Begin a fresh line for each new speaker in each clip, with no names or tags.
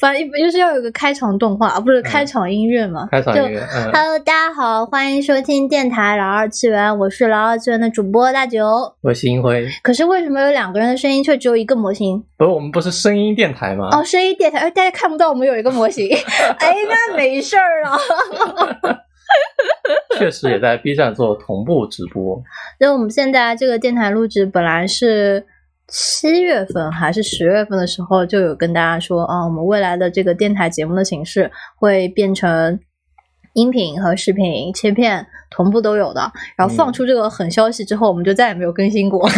反正一就是要有个开场动画，不是开场音乐嘛？
开场
就
音乐，嗯，
Hello，大家好，欢迎收听电台老二次元，我是老二次元的主播大九。
我是银辉。
可是为什么有两个人的声音却只有一个模型？
不是我们不是声音电台吗？
哦，声音电台，哎，大家看不到我们有一个模型，哎，那没事儿啊了。
确实也在 B 站做同步直播，
所以我们现在这个电台录制本来是七月份还是十月份的时候就有跟大家说，啊，我们未来的这个电台节目的形式会变成音频和视频切片同步都有的。然后放
嗯
出这个狠消息之后，我们就再也没有更新过。哦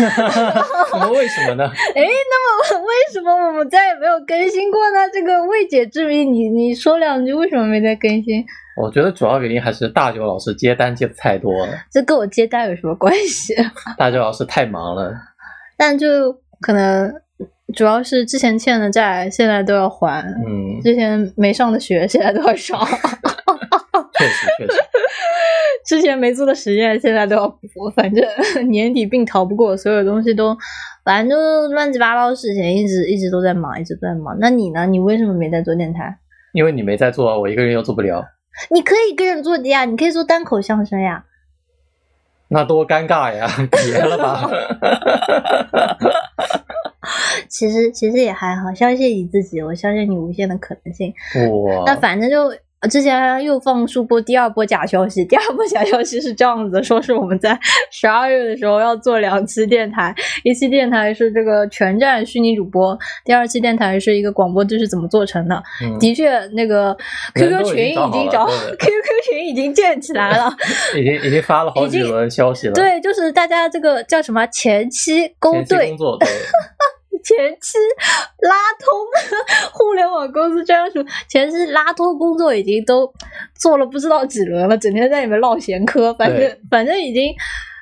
我们为什么呢？
哎，那么为什么我们再也没有更新过呢？这个未解之谜，你你说两句，为什么没再更新？
我觉得主要原因还是大九老师接单接的太多了，
这跟我接单有什么关系？
大九老师太忙了，
但就可能主要是之前欠的债，现在都要还；
嗯，
之前没上的学，现在都要上；
确实确实，
之前没做的实验，现在都要补。反正年底病逃不过，所有东西都，反正就乱七八糟的事情，一直一直都在忙，一直都在忙。那你呢？你为什么没在做电台？
因为你没在做，我一个人又做不了，
你可以一个人做的呀，你可以做单口相声呀。
那多尴尬呀！ 别了吧，
其实其实也还好，相信你自己，我相信你无限的可能性。 那
哇，
反正就呃之前又放出播第二波假消息，第二波假消息是这样子的，说是我们在 十二月的时候要做两期电台，一期电台是这个全站虚拟主播，第二期电台是一个广播剧是怎么做成的。
嗯
的确，那个
人
QQ
都已
群
经找
已经找
好了对
QQ 群已经建起来了，
已经已经发了好
已
几
经
轮消息了，，
对，就是大家这个叫什么前期勾
前期
兑
工，作对，
前期拉通互联网公司专属前期拉通工作已经都做了不知道几轮了，整天在里面唠闲嗑，反正
对
反正已经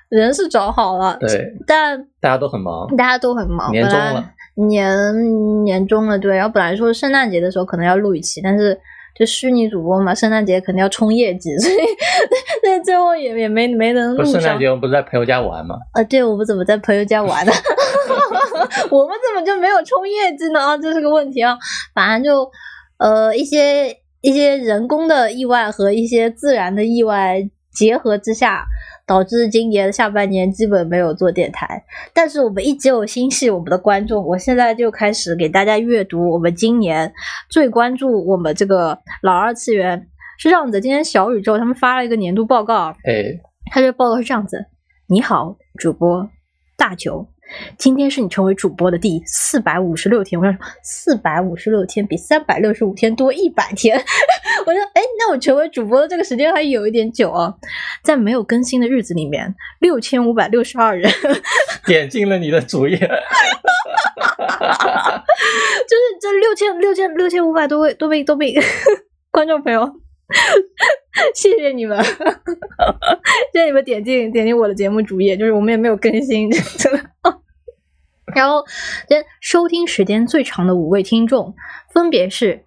人是找好了，
对，
但
大家都很忙，
大家都很忙，
年终
本来
了，
年年终了，对，然后本来说圣诞节的时候可能要录一期，但是。就虚拟主播嘛，圣诞节肯定要冲业绩，所以 那最后也也没没能
不
录
是圣
上
诞。节我们不是在朋友家玩吗？
啊，对，我们怎么在朋友家玩呢？ 我们怎么就没有冲业绩呢？啊，这是个问题啊。反正就呃一些一些人工的意外和一些自然的意外结合之下，导致今年下半年基本没有做电台。但是我们一直有心系我们的观众，我现在就开始给大家阅读我们今年最关注我们这个老二次元。是这样子，今天小宇宙他们发了一个年度报告啊，
哎，
他这报告是这样子：你好，主播大九，今天是你成为主播的第四百五十六天。我想说，四百五十六天比三百六十五天多一百天。 我说，哎，那我成为主播的这个时间还有一点久哦。在没有更新的日子里面，六千五百六十二人，
点进了你的主页，
就是这六千六千六千五百多位多位多位 观众朋友，谢谢你们，谢谢你们点进点进我的节目主页，就是我们也没有更新， 真的。然后，这收听时间最长的五位听众分别是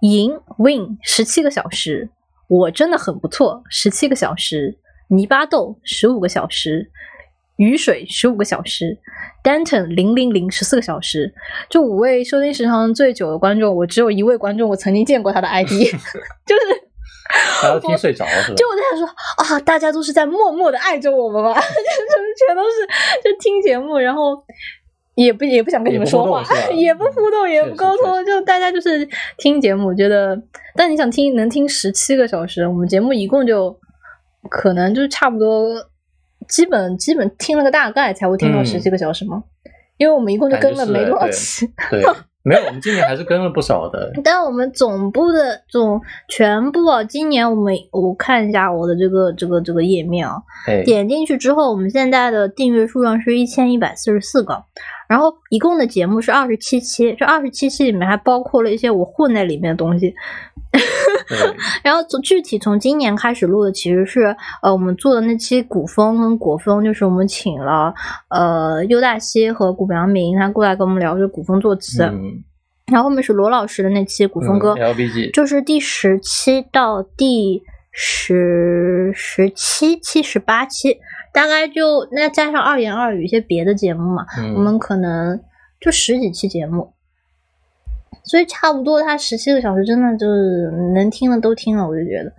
赢 Win 十七个小时，我真的很不错十七个小时，泥巴豆十五个小时，雨水十五个小时，Danton 零零零十四个小时，这五位收听时长最久的观众，我只有一位观众，我曾经见过他的 ID，就是
然后听睡着是吧
就？我在想说啊，大家都是在默默的爱着我们吗？ 就是全都是就听节目，然后也不也不想跟你们说话
哎也不互 动是，吧
也不互动，也不沟
确
通，就大家就是听节目，觉得但你想听能听十七个小时，我们节目一共就可能就差不多，基本基本听了个大概才会听到
嗯
十七个小时嘛。因为我们一共就
感觉
跟了
是
没多少
对
期，
对，没有，我们今年还是跟了不 少的，
但我们总部的总全部啊，今年我们我看一下我的这个这个这个页面啊，
哎，
点进去之后，我们现在的订阅数量是一千一百四十四个，然后一共的节目是二十七期，这二十七期里面还包括了一些我混在里面的东西，
对
然后从具体从今年开始录的，其实是呃我们做的那期古风跟国风，就是我们请了呃优大西和古良明他过来跟我们聊这古风作词，
嗯，
然后后面是罗老师的那期古风歌，
LBG，
就是第十期到第十十七期、十八期，大概就那加上二言二语一些别的节目嘛，我
嗯，
们可能就十几期节目，所以差不多它十七个小时，真的就是能听的都听了，我就觉得，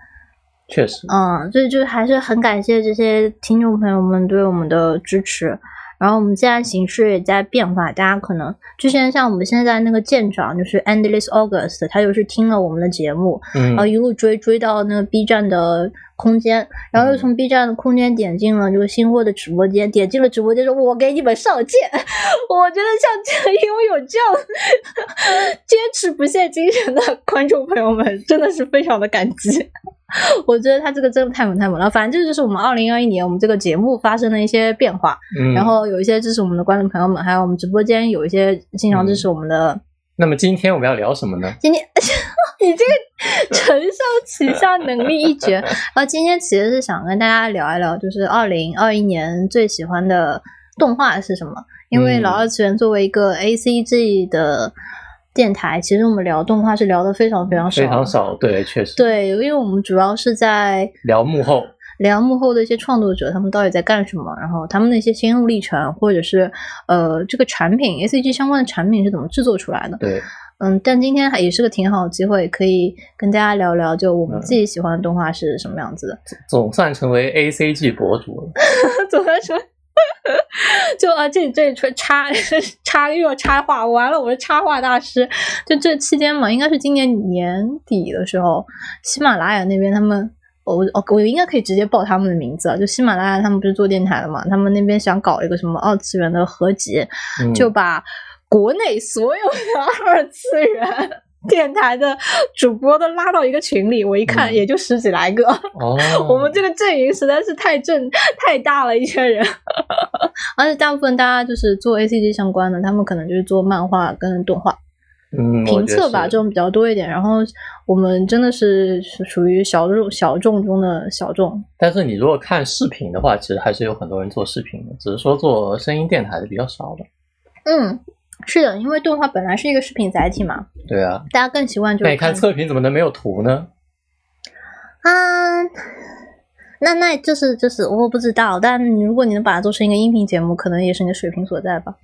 确实，
嗯，所以就还是很感谢这些听众朋友们对我们的支持。然后我们现在形式也在变化，大家可能之前像我们现在那个舰长就是 Endless August，他就是听了我们的节目，
嗯
然后，呃一路追追到那个 B 站的空间，然
嗯
后又从 B 站的空间点进了这个新货的直播间，点进了直播间说：“我给你们上剑。” 我觉得像这因为有这样 坚持不懈精神的观众朋友们，真的是非常的感激。 我觉得他这个真的太猛太猛了，反正这就是我们二零二一年我们这个节目发生的一些变化，
嗯
然后有一些支持我们的观众朋友们，还有我们直播间有一些经常支
嗯
持我们的、
那么今天我们要聊什么呢？
今天 你这个承上启下能力一 绝。然后今天其实是想跟大家聊一聊，就是二零二一年最喜欢的动画是什么？因为
嗯
老二次元作为一个 A C G 的电台，其实我们聊动画是聊的非常非常少，
非常。少，对，确实，
对，因为我们主要是在
聊幕后，
聊幕后的一些创作者，他们到底在干什么，然后他们的一些心路历程，或者是呃这个产品 A C G 相关的产品是怎么制作出来的。
对，
嗯，但今天还也是个挺好的机会，可以跟大家聊聊，就我们自己喜欢的动画是什么样子的。
总算成为 ACG 博主了，
总的说，就啊，这这说插插又要插话，完了，我是插话大师。就这期间嘛，应该是今年年底的时候，喜马拉雅那边他们。我我我应该可以直接报他们的名字啊，就喜马拉雅他们不是做电台的嘛，他们那边想搞一个什么二次元的合集，
嗯
就把国内所有的 二次元 电台的主播都拉到一个群里，我一看
嗯
也就十几来个。
哦，
我们这个阵营实在是太正太大了，一圈人， 而且大部分大家就是做 A C G 相关的，他们可能就是做漫画跟动画
嗯
评测吧，这，种比较多一点。然后我们真的是属属于小众小众中的小众，
但是你如果看视频的话，其实还是有很多人做视频的，只是说做声音电台的比较少吧。
嗯。是的，因为动画本来是一个视频载体嘛，
对啊，
大家更习惯就
那
是
你看测评怎么能没有图呢？
嗯，那那就是就是我不知道，但如果你能把它做成一个音频节目，可能也是你的水平所在吧。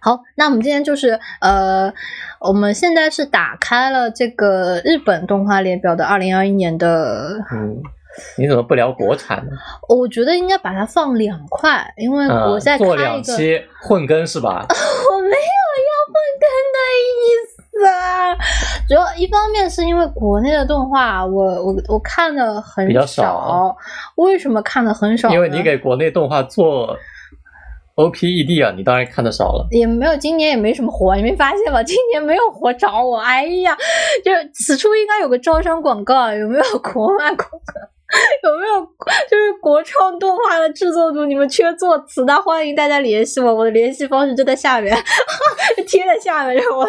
好，那我们今天就是呃，我们现在是打开了这个日本动画列表的二零二一年的，
嗯，你怎么不聊国产呢？
我觉得应该把它放两块，因为我
嗯
再，开
做
一
两
个，
期混更是吧？
我没有要混更的意思啊。主要一方面是因为国内的动画，我我我看的很
比较少
少。为什么看的很 少呢？
因为你给国内动画做 OPED 啊，你当然看的少了。
也没有，今年也没什么活，你没发现吗？今年没有活找我，哎呀，就是此处应该有个招商广告，有没有国漫广告？有没有就是国创动画的制作组，你们缺作词的，欢迎大家联系我，我的联系方式就在下面， 贴在下面，让我，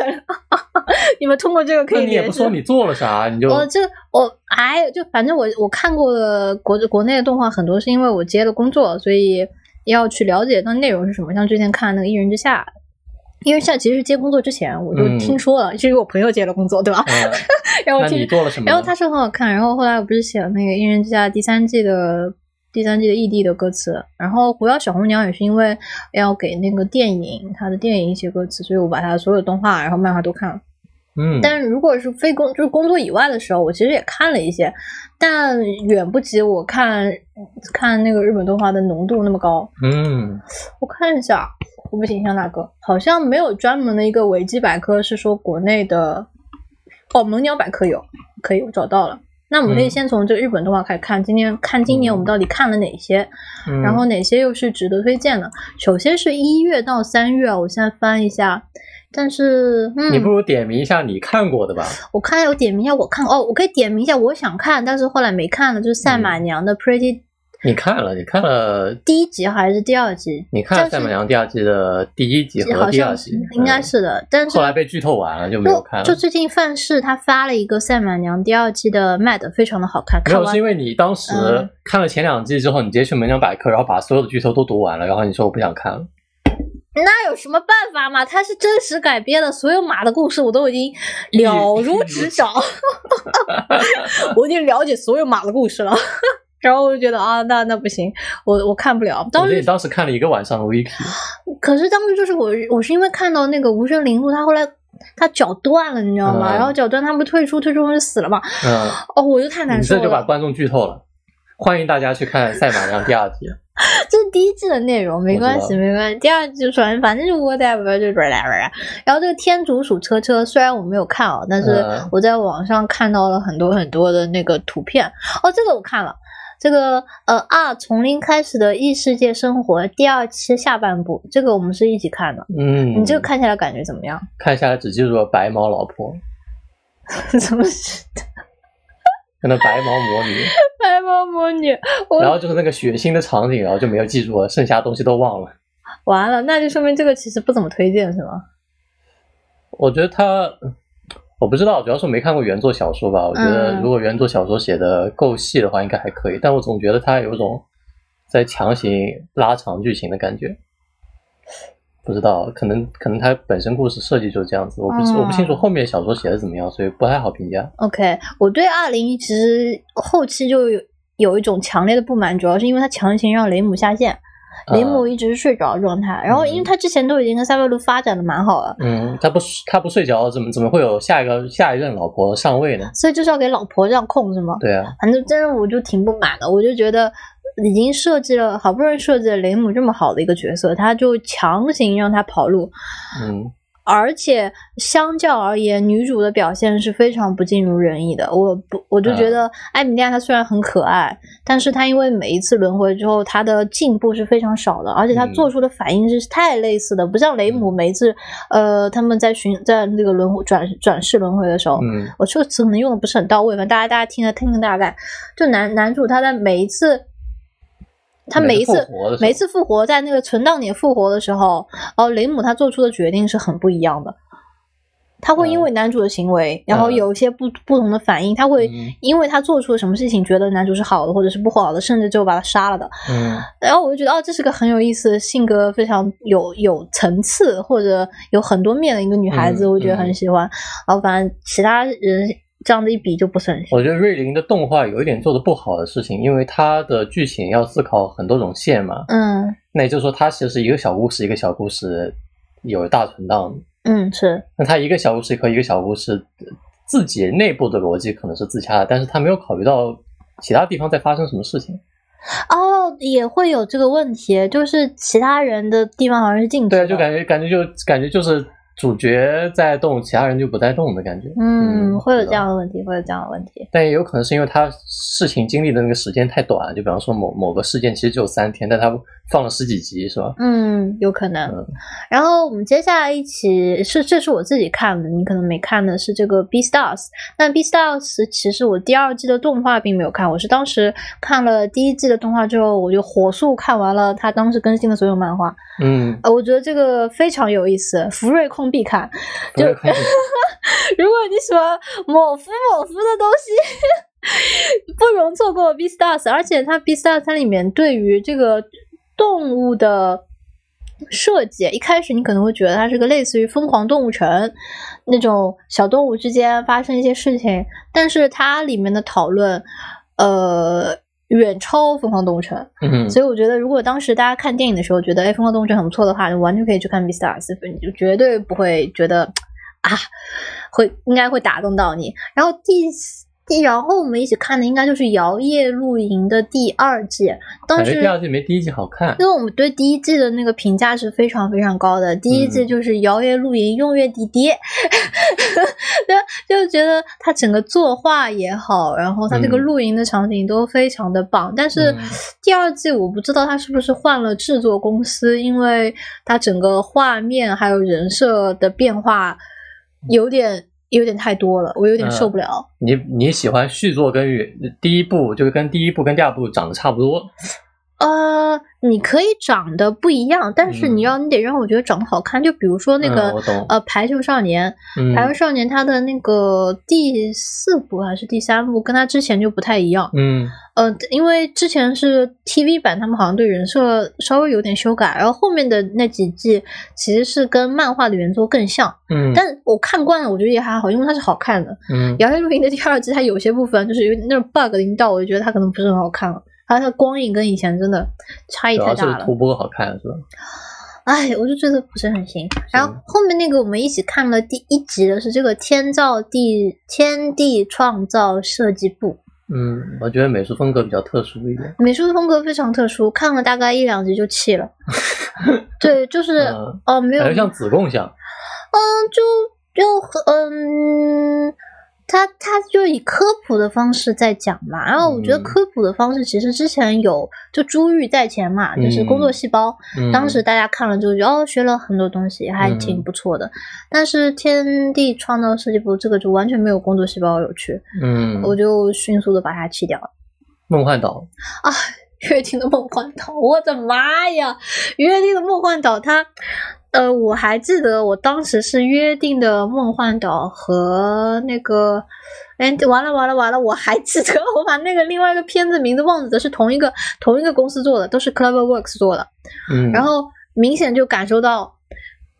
你们通过这个可
那
以
你也
联
不
系
说。你做了啥，你就
我就我哎，就反正我我看过的国国内的动画很多，是因为我接了工作，所以要去了解它内容是什么。像之前看那个《一人之下》，《一人之下》其实是接工作之前我就
嗯
听说了，是因为我朋友接了工作，对吧？
嗯，
然后
那
我听
你做了什么呢？
然后它是很好看，然后后来我不是写了那个《一人之下》第三季的第三季的 ED 的歌词，然后《狐妖小红娘》也是因为要给那个电影它的电影写歌词，所以我把它所有动画然后漫画都看了。
嗯，
但如果是非工就是工作以外的时候，我其实也看了一些，但远不及我看看那个日本动画的浓度那么高。
嗯，
我看一下，我不形象大哥好像没有专门的一个维基百科是说国内的，哦，萌鸟百科有，可以我找到了。那我们可以
嗯
先从这个日本动画开始看，今天看今年我们到底看了哪些，
嗯
然后哪些又是值得推荐的。首先是一月到三月，我现在翻一下，但是嗯，
你不如点名一下你看过的吧。
我看有点名一下，我看哦，我可以点名一下我想看，但是后来没看的，就是赛马娘的 Pretty
你看了，你看了，
第一集还是第二集？
你看了《赛马娘》第二季的第一集和
好
第二
像
集
是，应该是的，但
嗯。
是
后来被剧透完了就没有看
就就，
了
最近范式他发了一个《赛马娘》第二季的 MAD，非常的好看，
没
看
有
完
是因为你当时
嗯
看了前两季之后，你直接去门讲百科，然后把所有的剧透都读完了，然后你说我不想看了，
那有什么办法嘛？它是真实改编的，所有马的故事我都已经了如指掌， 我已经了解所有马的故事了。 然后我就觉得啊，那那不行，我我看不了。
我
当
记得
时
你当时看了一个晚上 的 VP，
可是当时就是我我是因为看到那个无声铃木，他后来他脚断了，你知道吗？
嗯
然后脚断，他不退出，退出就死了嘛。
嗯，
哦，我就太难
你
受
这就把
了。
观众剧透了。欢迎大家去看《赛马娘》第二季，
这是第一季的内容，没
我知道
关系，没关系。第二季就反正反正就 whatever 就 whatever。然后这个天竺鼠车车，虽然我没有看哦，但是
嗯
我在网上看到了很多很多的那个图片。哦，这个我看了。这个呃二从零开始的异世界生活第二期下半部，这个我们是一起看的。
嗯，
你这个看下来感觉怎么样？
看下来只记住了白毛老婆，
怎么是
跟那白毛魔 女，
白毛魔女？
然后就是那个血腥的场景，然后就没有记住了，剩下东西都忘了。
完了，那就说明这个其实不怎么推荐是吗？
我觉得他，我不知道，主要是我没看过原作小说吧。我觉得
嗯
如果原作小说写的够细的话，应该还可以。但我总觉得他有种在强行拉长剧情的感觉。不知道，可能可能他本身故事设计就是这样子，我不知、
嗯
我不清楚后面小说写的怎么样，所以不太好评价。
OK，我对二零其实后期就有有一种强烈的不满，主要是因为他强行让雷姆下线，
啊
雷姆
嗯
一直是睡着的状态，然后因为他之前都已经跟塞维卢发展的蛮好了，
嗯，他不他不睡着，怎么怎么会有下一个下一任老婆上位呢？
所以就是要给老婆让控是吗？
对啊，
反正真的我就挺不满的，我就觉得已经设计了好不容易设计了雷姆这么好的一个角色，他就强行让他跑路，
嗯，
而且相较而言，女主的表现是非常不尽如人意的。我不，我就
嗯
觉得艾米莉亚她虽然很可爱，但是她因为每一次轮回之后，她的进步是非常少的，而且她
嗯
做出的反应是太类似的，不像雷姆每一次，呃，他们在巡在那个轮回转转世轮回的时候，
嗯，
我这个词可能用的不是很到位，反正大家大家听着听个大概。就男男主他在每一次，他每一
复
次
活的时候
每一次复活在那个存档点复活的时候，哦，雷姆他做出的决定是很不一样的。他会因为男主的行为，然后
嗯
有一些不不同的反应，他会
嗯
因为他做出了什么事情，觉得男主是好的或者是不好的，甚至就把他杀了的。
嗯
然后我就觉得，哦，这是个很有意思、性格非常有有层次或者有很多面的一个女孩子，
嗯
我觉得很
嗯
喜欢。然后反正其他人这样子一比就不是很喜欢。
我觉得瑞林的动画有一点做的不好的事情，因为它的剧情要思考很多种线嘛，
嗯
那也就是说它其实是一个小故事一个小故事有大存档的，
嗯，是
那它一个小故事和一个小故事呃自己内部的逻辑可能是自洽的，但是它没有考虑到其他地方在发生什么事情。
哦，也会有这个问题，就是其他人的地方好像是禁止
对啊，
的，嗯
就感觉感觉就感觉就是主角在动，其他人就不带动的感觉。
嗯，会有
是的
这样的问题，会有这样的问题。
但也有可能是因为他事情经历的那个时间太短，就比方说某某个事件其实只有三天，但他放了十几集，是吧？
嗯，有可能。
嗯
然后我们接下来一起是，这是我自己看的，你可能没看的是这个《B Stars》。那《B Stars》其实我第二季的动画并没有看，我是当时看了第一季的动画之后，我就火速看完了他当时更新的所有漫画。
嗯，
呃，我觉得这个非常有意思，福瑞控必看。就
不是 空气
如果你喜欢某福某福的东西， 不容错过《B Stars》，而且它《B Stars》它里面对于这个动物的设计，一开始你可能会觉得它是个类似于《疯狂动物城》那种小动物之间发生一些事情，但是它里面的讨论，呃，远超《疯狂动物城》。
嗯，
所以我觉得，如果当时大家看电影的时候觉得《哎，疯狂动物城》很不错的话，就完全可以去看《Beastars》，你就绝对不会觉得啊，会应该会打动到你。然后第四第，然后我们一起看的应该就是《摇曳露营》的第二季，当
感觉
时
第二季没第一季好看。
因为我们对第一季的那个评价是非常非常高的，第一季
嗯
就是《摇曳露营》用月底爹， 就就觉得他整个作画也好，然后他这个
嗯
露营的场景都非常的棒。但是
嗯
第二季我不知道他是不是换了制作公司，因为他整个画面还有人设的变化有点有点太多了，我有点
嗯
受不了。
你你喜欢续作跟与第一部就是跟第一部跟第二部长得差不多，
呃，你可以长得不一样，但是你
嗯
要你得让我觉得长得好看。就比如说那个
嗯、我懂，
呃，《排球少年》，
嗯
《排球少年》他的那个第四部还是第三部，跟他之前就不太一样。
嗯
呃，因为之前是 TV 版，他们好像对人设稍微有点修改，然后后面的那几季其实是跟漫画的原作更像。
嗯
但我看惯了，我觉得也还好，因为它是好看的。
嗯
《摇曳露营》的第二季，它有些部分啊就是有点那种 bug 的引导，我就觉得它可能不是很好看了。还有它的光影跟以前真的差异
主
太
要
大
是
了
图。不够好看是吧？
哎，我就觉得不是很行。然后后面那个我们一起看了第一集的是这个天造地天地创造设计部，
嗯，我觉得美术风格比较特殊一点。
美术风格非常特殊，看了大概一两集就弃 了。对，就是
嗯
哦、没有，
感觉
嗯，
像子贡像，
就嗯就很嗯。他他就以科普的方式在讲嘛，然后我觉得
嗯
科普的方式其实之前有就珠玉在前嘛，就是工作
嗯
细胞，
嗯、
当时大家看了之后就哦，学了很多东西，还挺
嗯
不错的。但是《天地创造设计部》这个就完全没有工作细胞有趣，
嗯，
我就迅速的把它弃掉了。
梦幻岛，
月听的梦幻岛，我的妈呀！约定的梦幻岛，它，呃，我还记得我当时是约定的梦幻岛和那个，哎，完了完了完了，我还记得， 我把那个另外一个片子名字忘记了，是同一个同一个公司做的，都是 CleverWorks 做的。
嗯，
然后明显就感受到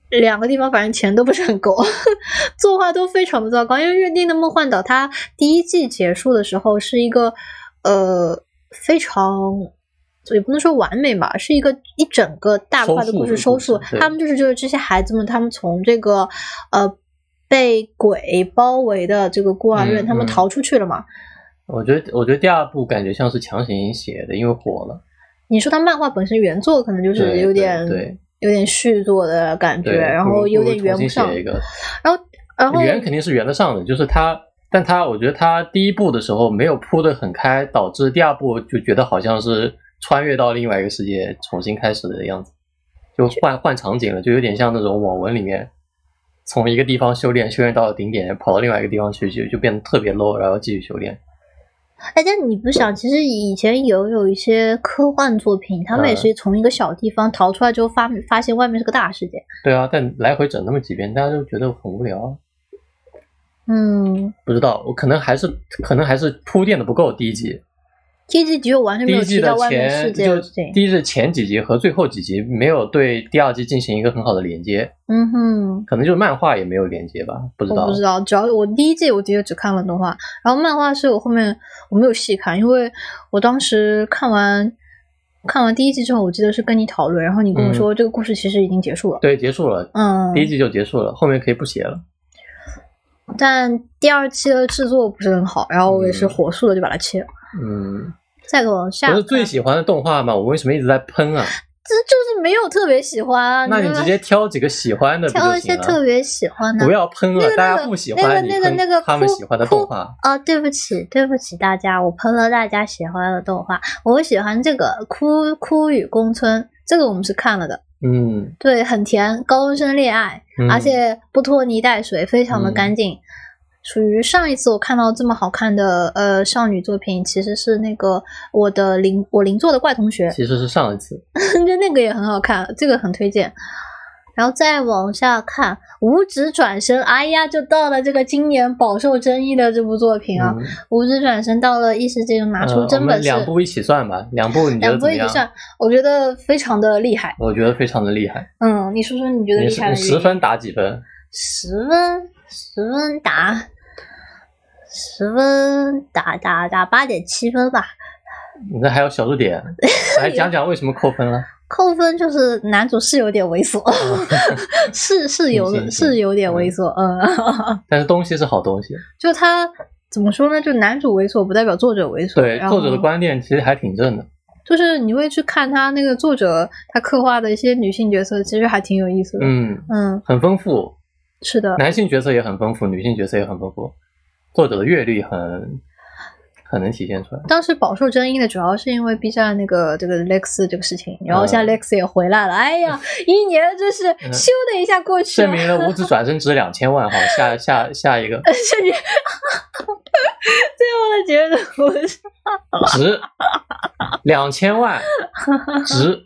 两个地方反正钱都不是很够， 作画都非常的糟糕。因为《约定的梦幻岛》它第一季结束的时候是一个呃非常。也不能说完美吧，是一个一整个大块的
收束
故事
的
收
故
束。
事对
他们就是就是这些孩子们，他们从这个呃被鬼包围的这个孤儿院，
嗯
他们
嗯
逃出去了嘛。
我觉得我觉得第二部感觉像是强行写的，因为火了，
你说他漫画本身原作可能就是
对
有
对
点
对
有点续作的感觉，
对，
然
不如
后有点
不如
圆
重新
上
写。一个，
然后然后
圆肯定是圆得上的，就是他，但他我觉得他第一部的时候没有铺得很开，导致第二部就觉得好像是穿越到另外一个世界重新开始的样子，就换换场景了，就有点像那种网文里面从一个地方修炼修炼到了顶点，跑到另外一个地方去就就变得特别 low，然后继续修炼。
哎，但你不想，其实以前有有一些科幻作品，他们也
嗯
是从一个小地方逃出来之后发，发现外面是个大世界。
对啊，但来回整那么几遍，大家就觉得很无聊啊。
嗯，
不知道，我可能还是可能还是铺垫的不够，第一集。
第一季只有完全没
第
有
一季
提
的
到外面世
前
界
就
的事情。
第一季前几集和最后几集没有对第二季进行一个很好的连接，
嗯哼，
可能就是漫画也没有连接吧，不知
我
道
不。知道，只要我第一季我的确只看了动画，然后漫画是我后面我没有细看，因为我当时看完看完第一季之后，我记得是跟你讨论，然后你跟我
嗯
说、这个故事其实已经结束了。
对，结束了，
嗯，
第一季就结束了，后面可以不写了。
但第二期的制作不是很好，然后我也是
嗯
火速的就把它切了。
嗯，
再给往下
不
看，
是最喜欢的动画嘛？我为什么一直在喷啊？
这就是没有特别喜欢啊。
那你
明白
直接挑几个喜欢的不
挑
就
一
行
些特
了？
别喜欢的。
不要喷
那个
了，大
那
家
个
不喜
那个
欢你
那个那
喷
个
他们
哭
喜欢的
哭
动画。
哦，对不起，对不起大家，我喷了大家喜欢的动画。我喜欢这个《哭哭与宫村》，这个我们是看了的，
嗯，
对，很甜，高中生恋爱，
嗯
而且不拖泥带水，非常的干净。属于上一次我看到这么好看的呃少女作品，其实是那个我的邻我邻座的怪同学，
其实是上一次，
就那个也很好看，这个很推荐。然后再往下看，《五指转身》，哎呀，就到了这个今年饱受争议的这部作品啊，
嗯
无知转身到了异世界，拿
呃
出
我
真
们
本事。
两部一起算吧，两部你觉得
两
怎
部
么
一起
样？
算，我觉得非常的厉害。
我觉得非常的厉害。
嗯，你说说你觉得
你
厉害的原
是你
因
十分打几分？
十分，十分打，十分打打打八点七分吧。
你这还有小 数点，来讲讲为什么扣分了？
扣分就是男主是有点猥琐， 是是
哦行
有
行
是有点猥琐，嗯，
但是东西是好东西，
就他怎么说呢？就男主猥琐不代表作者猥琐，
对
然后
作者的观念其实还挺正的。
就是你会去看他那个作者他刻画的一些女性角色，其实还挺有意思的。
嗯，
嗯，
很丰富，
是的，
男性角色也很丰富，女性角色也很丰富，作者的阅历很很能体现出来。
当时饱受争议的主要是因为 B 站那个这个 Lex 这个事情，然后现
嗯
在 Lex 也回来了，哎呀，一年真是咻的一下过去啊
证
了，
明了物质转生值两千万，好，下下下一个
是你，最后的结果是
值两千万，值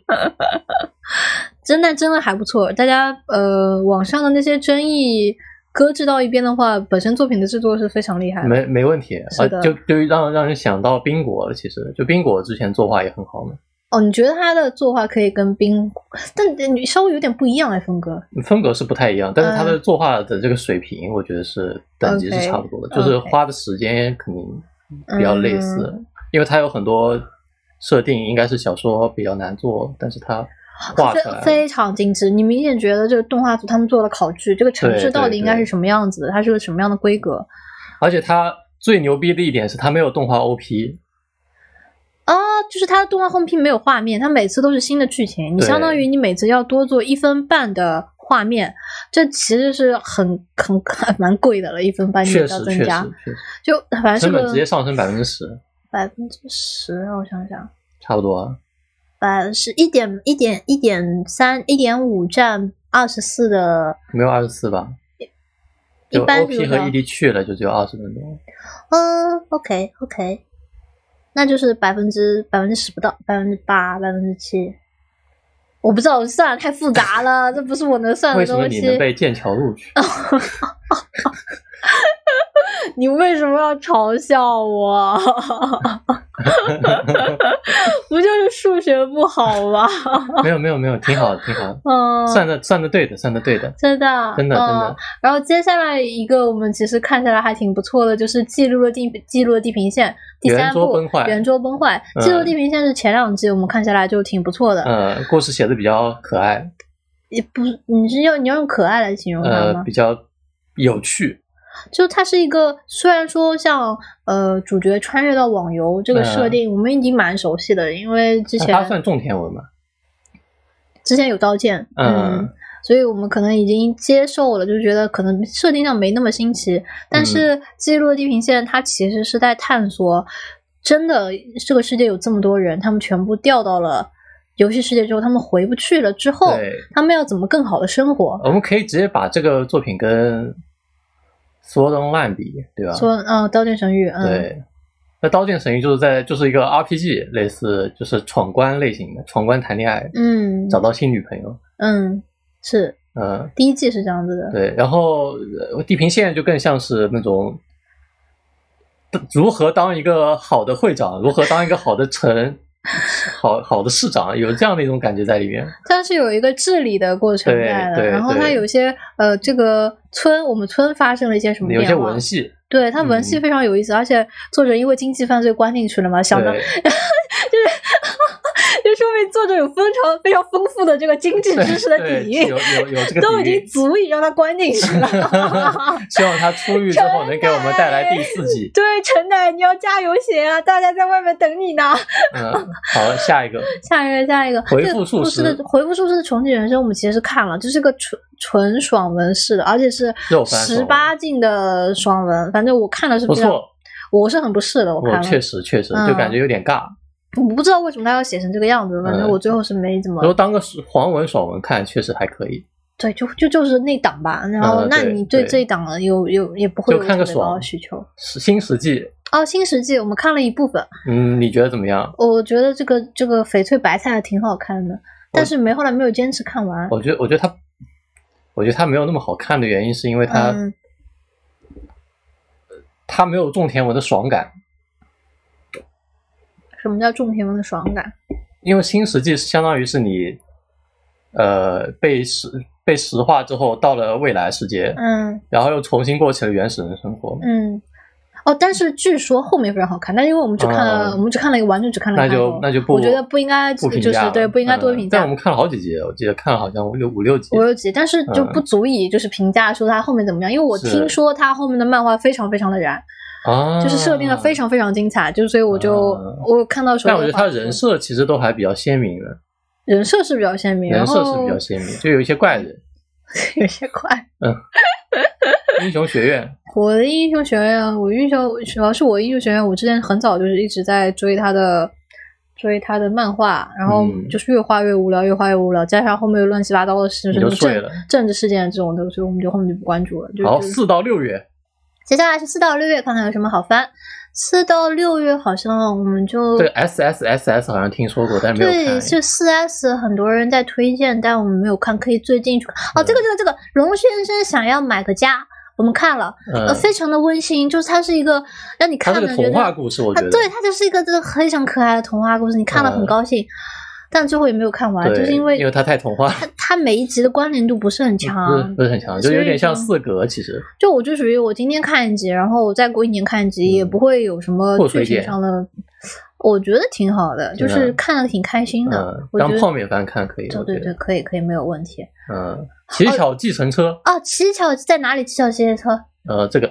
真的真的还不错。大家呃，网上的那些争议搁置到一边的话，本身作品的制作是非常厉害的。
没没问题啊
是，的
就就让让人想到冰果了。其实就冰果之前作画也很好嘛，
哦，你觉得他的作画可以跟冰，但你稍微有点不一样哎，峰哥。
风格是不太一样，但是他的作画的这个水平，我觉得是等级是差不多
嗯
的，
OK，
就是
OK 嗯
花的时间肯定比较类似，因为它有很多设定应该是小说比较难做，但是它画出来
非非常精致，你明显觉得这个动画组他们做了考据，这个城市
对对
到底应该
对
是什么样子的，它是个什么样的规格
而且它最牛逼的一点是它没有动画 OP，
啊？就是它的动画横屏没有画面，它每次都是新的剧情，你
对
相当于你每次要多做一分半的画面，这其实是很很蛮贵的了，一分半你
确
要
实
增
确实
加，
确实
就反正是
成本直接
个
上升百分之十，
百分之十，让我想想，
差不多啊。
百分之一点一点一点三一点五占二十四的，
没有二十四吧？
一
就
般
OP
流
和
量
ED 去了就只有二十分钟，
嗯，OK OK，那就是百分之百分之十不到，百分之八，百分之七，我不知道，我算的太复杂了，这不是我能算的
为什么
东
你
西。
能被剑桥 录取？
你为什么要嘲笑我？ 不就是数学不好吗？
没有没有没有，挺好的挺好的，
嗯，
算的算的对的，算的对的，
真的，
真的真
嗯
的。
然后接下来一个我们其实看下来还挺不错的，就是记录了地记录了地平线第三
圆桌
部
崩坏
圆桌崩坏，
嗯
记录地平线是前两季我们看下来就挺不错的，
呃，故事写的比较可爱，
也不你是要你要用可爱来形容它
呃，
吗？
比较有趣，
就它是一个虽然说像呃主角穿越到网游这个设定，我们已经蛮熟悉的，因为之
嗯那
前
它算种田文嘛？
之前有刀剑，
嗯
嗯所以我们可能已经接受了，就觉得可能设定上没那么新奇。
嗯
但是《记录的地平线》它其实是在探索，真的这个世界有这么多人，他们全部掉到了游戏世界之后，他们回不去了之后，
对，
他们要怎么更好的生活？
我们可以直接把这个作品跟《Sword Online》比，对吧？
说，嗯，《刀剑神域》，嗯，
对。那《刀剑神域》就是在就是一个 RPG，类似就是闯关类型的，闯关谈恋爱，
嗯，
找到新女朋友，
嗯，是
嗯，
第一季是这样子的，
对，然后呃地平线就更像是那种如何当一个好的会长，如何当一个好的城，好好的市长，有这样的一种感觉在里面。
它是有一个治理的过程
对
在的。
对
然后它
对
有一些呃，这个村我们村发生了一些什么
有
变
些
化
文？戏，
对，它文戏
嗯
非常有意思，而且作者因为经济犯罪关进去了嘛，想到
对
就说明作者有非常非常丰富的这个经济知识的
对
底蕴，
有有有这个
都已
底
经
蕴
足以让他关进去 了。
希望他出狱之后能给我们带来第四 季。
对，陈奶，你要加油写啊！大家在外面等你呢。
嗯，好了，下一个
下一个，下一个，
回复
这个
术
故
师
事的回复术师的重启人生，我们其实是看了，这是个纯纯爽文式的，而且是
肉番爽
十
文
八禁的爽文。反正我看了是
不
非常，
错，
我是很不适的，我看
我
了，
确实确实
嗯
就感觉有点尬。
我不知道为什么他要写成这个样子，反正
嗯
我最后是没怎么
如果当个黄文爽文看，确实还可以。
对，就就就是那档吧。然后，
嗯
那
对
你对
对
这一档呢有有也不会
就
有特
看个
别高
爽
的需求。
是新世纪，
哦，新世纪我们看了一部分，
嗯，你觉得怎么样？
我觉得这个这个翡翠白菜挺好看的，但是没后来没有坚持看完。
我觉得，我觉得它，我觉得它没有那么好看的原因，是因为它、
嗯，
它没有种田文的爽感。
什么叫种田文的爽感？
因为新石纪是相当于是你，呃，被石被石化之后到了未来世界，
嗯
然后又重新过起了原始人生活，
嗯。哦，但是据说后面非常好看，但因为我们只看了，
嗯
我们只看了一个完整，只看了
那
一个开头
就那就不
我觉得不应该
不评
就是
价了
对不应该多
嗯
评价
但我们看了好几集，我记得看了好像五六五六集
五。六集，但是就
嗯
不足以就是评价说它后面怎么样，因为我
是
听说它后面的漫画非常非常的燃，
啊，
就是设定的非。常非常精彩，就是所以我就、
啊
我看到的时候
但
有
我觉
点
得
恍惚，
他人设其实都还比较鲜明的，
人设是比较鲜明，
人设是比较
然后
鲜明，就有一些怪人，
有些怪，
嗯，英雄学 院，
我的英雄学院，我英雄主要是我英雄学院，我之前很早就是一直在追他的，追他的漫画，然后
嗯
就是越画越无聊，越画越无聊，加上后面又乱七八糟的事，
你
什
就
么
睡
政
了。
政治事件这种的，所以我们就后面就不关注了。就
好，
就
四到六月，
接下来是四到六月，看看有什么好番。四到六月好像我们就
这个 S S S S 好像听说过，但是没有
对，
看。
就四 S 很多人在推荐，但我们没有看，可以最近去看。哦，这个这个这个，荣先生想要买个家，我们看了，呃，
嗯，
非常的温馨，就是它是一个让你
它
看
是
了
个
觉
童
得，
话故事，我
它
觉得。
啊对，它就是一个这个非常可爱的童话故事，你看了很
嗯
高兴，但最后也没有看完，
对，
就是因为
因为它太童话，
它它每一集的关联度不是很
不是
强
嗯不，是很强，
嗯
就
所以
有点像
就
四格，其实
就我就属于我今天看一集，然后我再过一年看一集，
嗯
也不会有什么
破
剧
碎
情
点
上的，我觉得挺好的，就
的
是看了挺开心的
嗯，，
我觉
当
得
泡面番看可以，
对
我觉
对
得
对，，可以可以，没有问题。
嗯，乞巧计程车，
哦，乞巧在哪里？乞巧机车。
呃，这个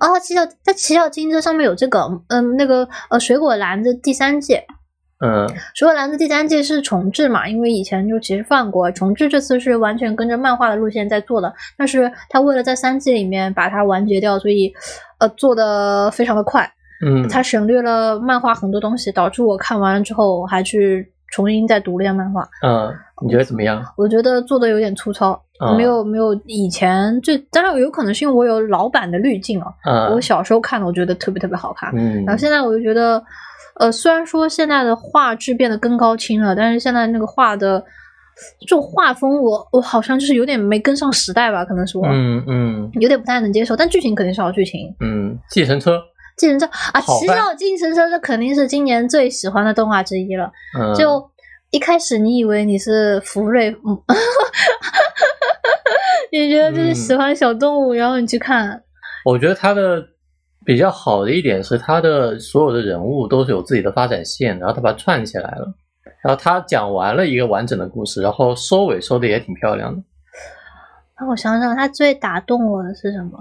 哦，乞巧在乞巧机车上面有这个，嗯，那个呃，水果篮子第三季，
嗯
水果篮子第三季是重置嘛？因为以前就其实放过重置，这次是完全跟着漫画的路线在做的，但是他为了在三季里面把它完结掉，所以呃做的非常的快，
嗯，
他省略了漫画很多东西，导致我看完了之后我还去重新再读了一下漫画，
嗯，你觉得怎么样？
我觉得做的有点粗糙，
嗯
没有没有以前最，当然有可能是因为我有老版的滤镜啊。
嗯
我小时候看的，我觉得特别特别好看，
嗯，
然后现在我就觉得，呃，虽然说现在的画质变得更高清了，但是现在那个画的这种画风我，我好像就是有点没跟上时代吧，可能是我、
嗯嗯
有点不太能接受，但剧情肯定是好剧情。
嗯，计程车，
计程车啊，
好
骑
吧
到计程车这肯定是今年最喜欢的动画之一了。
嗯，
就一开始你以为你是福瑞，嗯 你觉得就是
嗯
喜欢小动物，然后你去看，
我觉得他的比较好的一点是，他的所有的人物都是有自己的发展线，然后他把它串起来了。然后他讲完了一个完整的故事，然后收尾收的也挺漂亮的。
让啊我想想，他最打动我的是什么？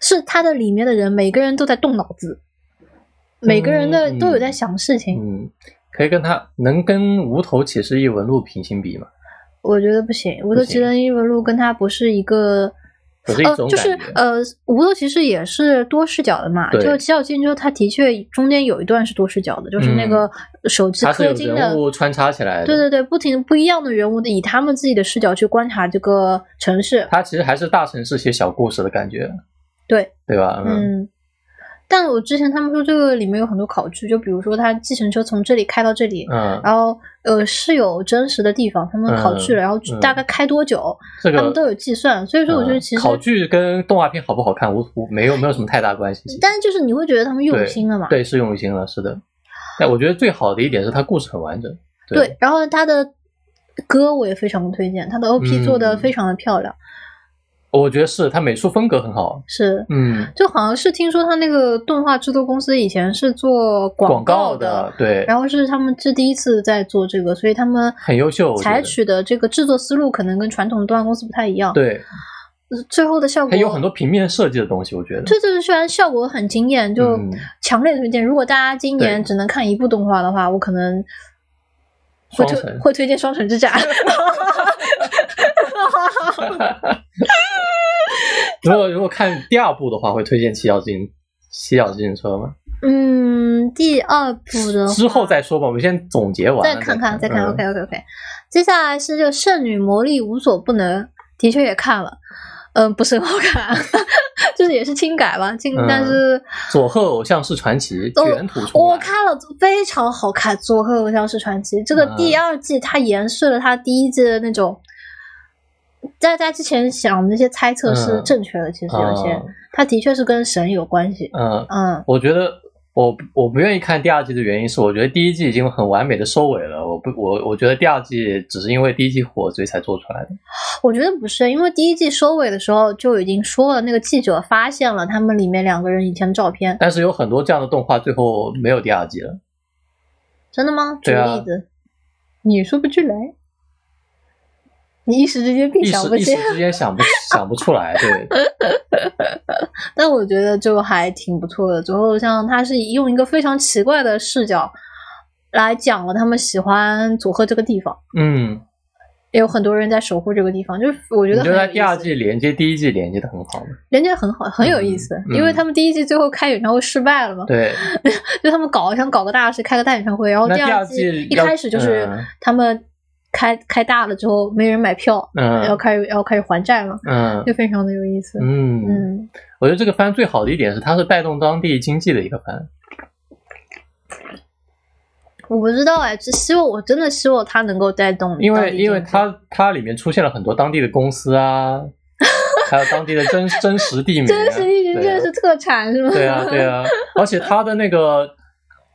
是他的里面的人，每个人都在动脑子，每个人的
嗯
都有在想事情。
嗯，可以跟他能跟无头骑士异闻录平行比吗？
我觉得不行，《无
不
头
行
骑士异闻录》跟他不是一个。
不是一
呃，
种
就是
感觉
呃，无头骑士也是多视角的嘛。
对
就《七小金车》，它的确中间有一段是多视角的，就是那
嗯
个手持
他是
氪
有
金的
人，物穿插起来的。
对对对，不停不一样的人物以他们自己的视角去观察这个城市。
他其实还是大城市写小故事的感觉，
对，
对吧？
嗯，但我之前他们说这个里面有很多考据，就比如说他计程车从这里开到这里，
嗯，
然后呃是有真实的地方，他们考据了，
嗯
然后大概开多久，
这个
他们都有计算，所以嗯说我觉得
嗯
其实，
考据跟动画片好不好看无无没有没有什么太大关系。其实
但是就是你会觉得他们用心了嘛？
对，是用心了，是的。但我觉得最好的一点是它故事很完整。
对，然后他的歌我也非常推荐，他的 OP
嗯
做的非常的漂亮，
我觉得是它美术风格很好。
是。
嗯，
就好像是听说他那个动画制作公司以前是做
广
告
告的，对，
然后是他们是第一次在做这个，所以他们
很优秀我觉得
采取的这个制作思路可能跟传统的动画公司不太一样。，呃
对，
最后的效果
它有很多。平面设计的东西，我觉得。
这就是虽然效果很惊艳，就
嗯
强烈推荐。如果大家今年
对
只能看一部动画的话，我可能会
双
推
城，
会推荐《双城之战》。
如果如果看第二部的话，会推荐《七角金》《七角自行车》吗？
嗯，第二部的话
之后再说吧，我们先总结完了
再看看，再看。
嗯
OK OK OK。接下来是这个《圣女魔力无所不能》，的确也看了，嗯，不是很好看， 就是也是轻改吧，轻，
嗯
但是
佐贺偶像是传奇
哦
卷土重来
我看了非常好看，《佐贺偶像是传奇》这个
嗯
第二季，它延续了它第一季的那种。大家之前想的那些猜测是
嗯
正确的，其实有些，
嗯
它的确是跟神有关系。
嗯，
嗯，
我觉得我我不愿意看第二季的原因是，我觉得第一季已经很完美的收尾了。我不我我觉得第二季只是因为第一季火，所以才做出来的。
我觉得不是，因为第一季收尾的时候就已经说了，那个记者发现了他们里面两个人以前的照片。
但是有很多这样的动画最后没有第二季了。
真的吗？举
对啊
例子，你说不出来，你一时之间并
一
想不
时一
起
时。之间想不想不出来，对，
但我觉得就还挺不错的。最后像他是用一个非常奇怪的视角来讲了他们喜欢佐贺这个地方，
嗯，
也有很多人在守护这个地方，就是我觉
你
得
觉
很有
得他
意
第二
思
季连接第一季连接的很好吗？
人家很好，很有意思，
嗯
因为
嗯
他们第一季最后开演唱会失败了嘛，
对，
就他们搞想搞个大事，开个大演唱会，然后
那第
哦二
二
季
季
一
要
开始就是
嗯
他们开、开大了之后没人买票，然后
嗯
开始要开始还债嘛，
嗯
就非常的有意思。
嗯，
嗯，
我觉得这个番最好的一点是它是带动当地经济的一个番，
我不知道哎，只希望我真的希望他能够带动，
因
到
为
底
因为
经济
它它里面出现了很多当地的公司 啊，还有当地的真真实地名啊，
真实地名
对啊
这是特产是吗？
对啊，对啊，而且它的那个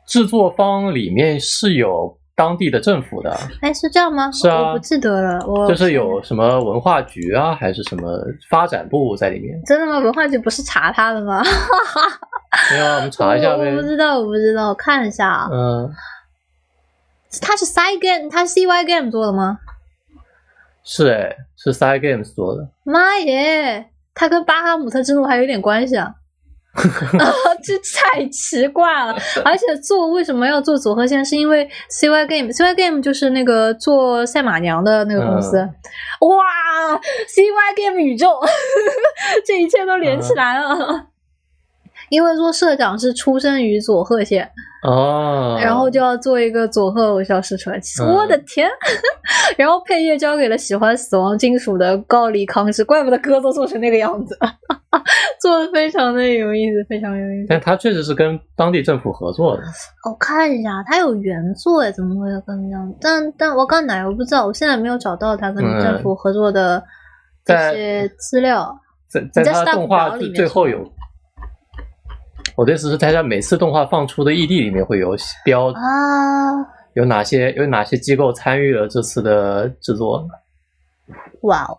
制作方里面是有当地的政府的，
哎，是这样吗？
是啊
我不记得了，我
就是有什么文化局啊，还是什么发展部在里面。
真的吗？文化局不是查他的吗？
没有啊，我们查一下
我
呗
哦我不。知道，我不知道，我看一下啊。
嗯，
他是 Side Game，他是 CY Game 做的吗？
是哎，是 Side Games 做的。
妈耶，他跟巴哈姆特之路还有点关系啊！ 啊，这太奇怪了。而且做为什么要做组合线，是因为 CY Game，CY Game 就是那个做赛马娘的那个公司。
嗯
哇，CY Game 宇宙， 这一切都连起来了。因为做社长是出生于佐贺县，
哦，
然后就要做一个佐贺偶像失传奇，
嗯
我的天！ 然后配乐交给了喜欢死亡金属的高梨康之，怪不得歌都做成那个样子， 做的非常的有意思，非常有意思。
但它确实是跟当地政府合作的。
我、看一下，他有原作哎，怎么会跟这样？但但我刚哪我不知道，我现在没有找到他跟
嗯
政府合作的这
在
些资料。
在在
在
它
staff
的动画
表里
最
面
最
是
后
吗
有，我的意思是，大家每次动画放出的 ED 里面会有标
啊，
有哪些有哪些机构参与了这次的制作。
哇哦，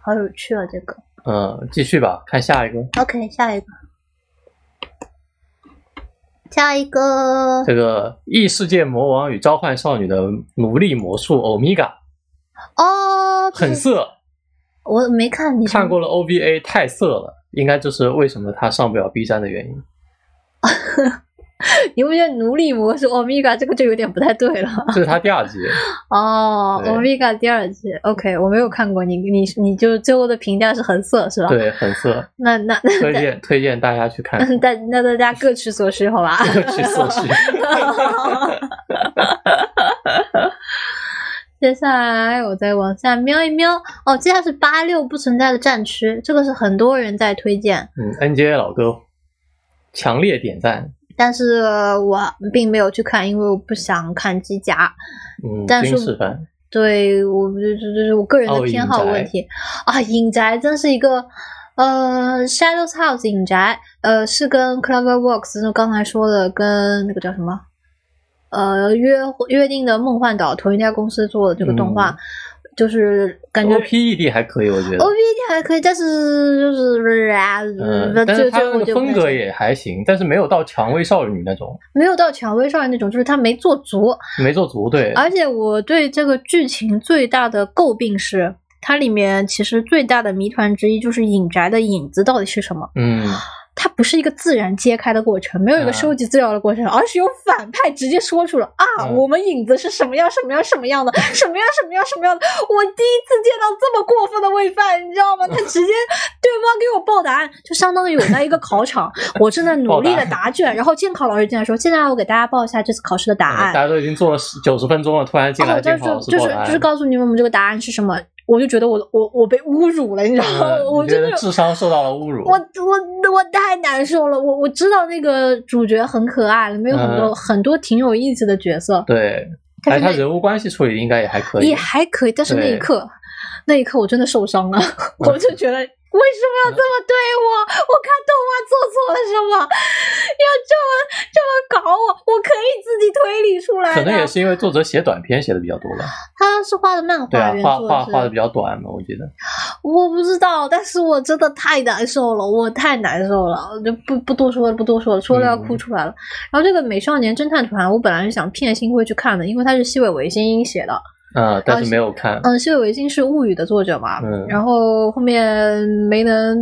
好有趣啊！这个
嗯，继续吧，看下一个。
OK，下一个，下一个。
这个异世界魔王与召唤少女的奴隶魔术欧米伽
哦，这
很
是
色，
我没看你
看过了 OVA 太色了，应该就是为什么他上不了 B 站的原因。
你不觉得奴隶模式 Omega 这个就有点不太对 了？
这是他 第二集，
哦
对
，Omega 第二季，OK，我没有看过，你你你就最后的评价是很色是吧？
对，很色，
那那那
推荐推荐大家去看，
那大那大家各取所需，好吧？
各取所需。
接下来我再往下瞄一瞄，哦，接下来是八六不存在的战区，这个是很多人在推荐，
嗯，NJ 老哥强烈点赞。
但是我并没有去看，因为我不想看机甲。
嗯，
但是
军事番，
对我这这这是我个人的
哦
偏好
影宅
问题啊。影宅真是一个呃，Shadows House 影宅呃是跟 CloverWorks 就刚才说的跟那个叫什么呃约约定的梦幻岛同一家公司做的这个动画，
嗯哦
就是感觉哦
OPED E 还可以，我觉得
O。B 还可以，但是就是呃
嗯，
就
但是
就
他那
我
个
就
风
不太
格也还行，但是没有到蔷薇少女那种，
没有到蔷薇少女那种，就是他没做足，
没做足对。
而且我对这个剧情最大的诟病是，它里面其实最大的谜团之一就是影宅的影子到底是什么？
嗯，
它不是一个自然揭开的过程，没有一个
嗯
收集资料的过程，而是由反派直接说出了啊，
嗯
我们影子是什么样什么样什么样的，什么样什么样什么样的。我第一次见到这么过分的喂饭，你知道吗？他直接对方给我报答案，就相当于我在一个考场， 我正在努力的
报
答卷，然后监考老师进来说，现在我给大家报一下这次考试的答案
嗯大。家都已经做了九十分钟了，突然进
哦，
来进
但是
好
就
过
是
来，嗯
就是告诉你们我们这个答案是什么，我就觉得我我我被侮辱了，你知道吗？
嗯
我
你觉
真的
得智商受到了侮辱。
我我我太难受了。我我知道那个主角很可爱，里面有很多、
嗯
很多挺有意思的角色，
对，
但
哎，
是
他
那
人物关系处理应该也还可以
也。还可以，但是那一
对
刻，那一刻我真的受 伤了，我就觉得为什么要这么对我？我看动画做错了什么？要这么这么搞我？我可以自己推理出来
可
的。
能也是因为作者写短篇写的比较多吧，
他是画的漫
对
画
啊
原，
画
作
画
是
画的比较短嘛，我记得。
我不知道，但是我真的太难受了，我太难受了，我就不不多说了，不多说了，说了要
嗯
哭出来了。然后这个《美少年侦探团》，我本来是想骗新辉去看的，因为它是西尾维新写的，
嗯，但是没有看。
嗯，西尾维新是《物语》的作者嘛，
嗯
然后后面没能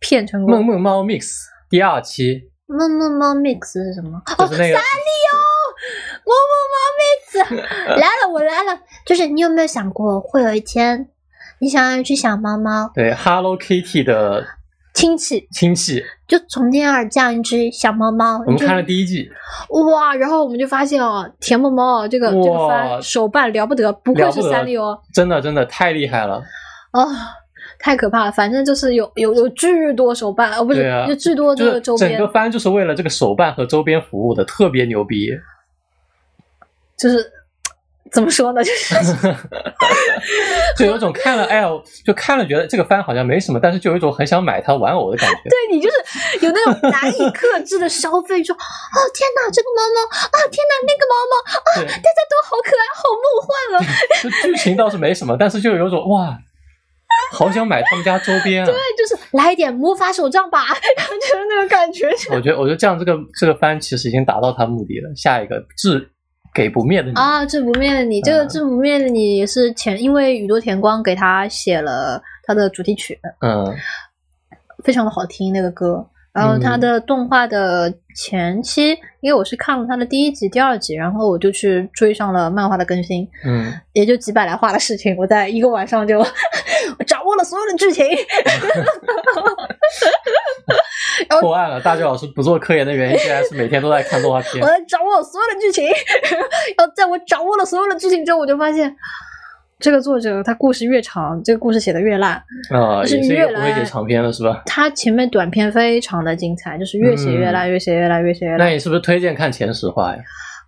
骗成
梦
功。
梦猫 mix 第二期
梦梦猫 mix 是什么？哦，
就是那个
梦梦猫 mix 次，
来了，我来了。就是你有没有想过，会有一天你想要去小猫猫
对 Hello Kitty 的
亲戚，
亲戚，
就从天而降一只小猫猫，
我们
你就
看了第一季，
哇！然后我们就发现哦，田猫猫啊这个这个
哇
番手办了不得，不愧
了不
是
得
三丽鸥，
真的真的太厉害了。
哦，太可怕了！反正就是有有有巨多手办，哦不是，
对啊
就巨多这
就是
个周
整
边
个，番就是为了这个手办和周边服务的，特别牛逼。
就是怎么说呢， 就是
就有一种看了，哎呦，就看了觉得这个番好像没什么，但是就有一种很想买它玩偶的感觉。
对你就是有那种难以克制的消费，说啊
哦天哪，这个猫猫啊，天哪，那个猫猫，
对，
大家都好可爱，好梦幻啊！
就剧情倒是没什么，但是就有一种哇，好想买他们家周边啊！
就是来一点魔法手杖 吧。
就是那种感觉，
我觉得，我觉得这样这个这个番其实已经达到它目的了。下一个治给不灭的你，
啊，这不灭的你，这个这不灭的你也是前，因为宇多田光给他写了他的主题曲，呃
嗯，
非常的好听那个歌。然后他
嗯
的动画的前期，因为我是看了他的第一集、第二集，然后我就去追上了漫画的更新，
嗯，
也就几百来话的事情，我在一个晚上就 掌握了所有的剧情。
破案了！大舅老师不做科研的原因，竟然是每天都在看动画片
我。在掌握所有的剧情，然后在我掌握了所有的剧情之后，我就发现这个作者他故事越长，这个故事写的越烂。
啊、
就是
也是一个
越
不会
来
写长篇了，是吧？
他前面短篇非常的精彩，就是越写
嗯
越烂，越写越烂，越写越
那
烂。
你是不是推荐看前十话呀？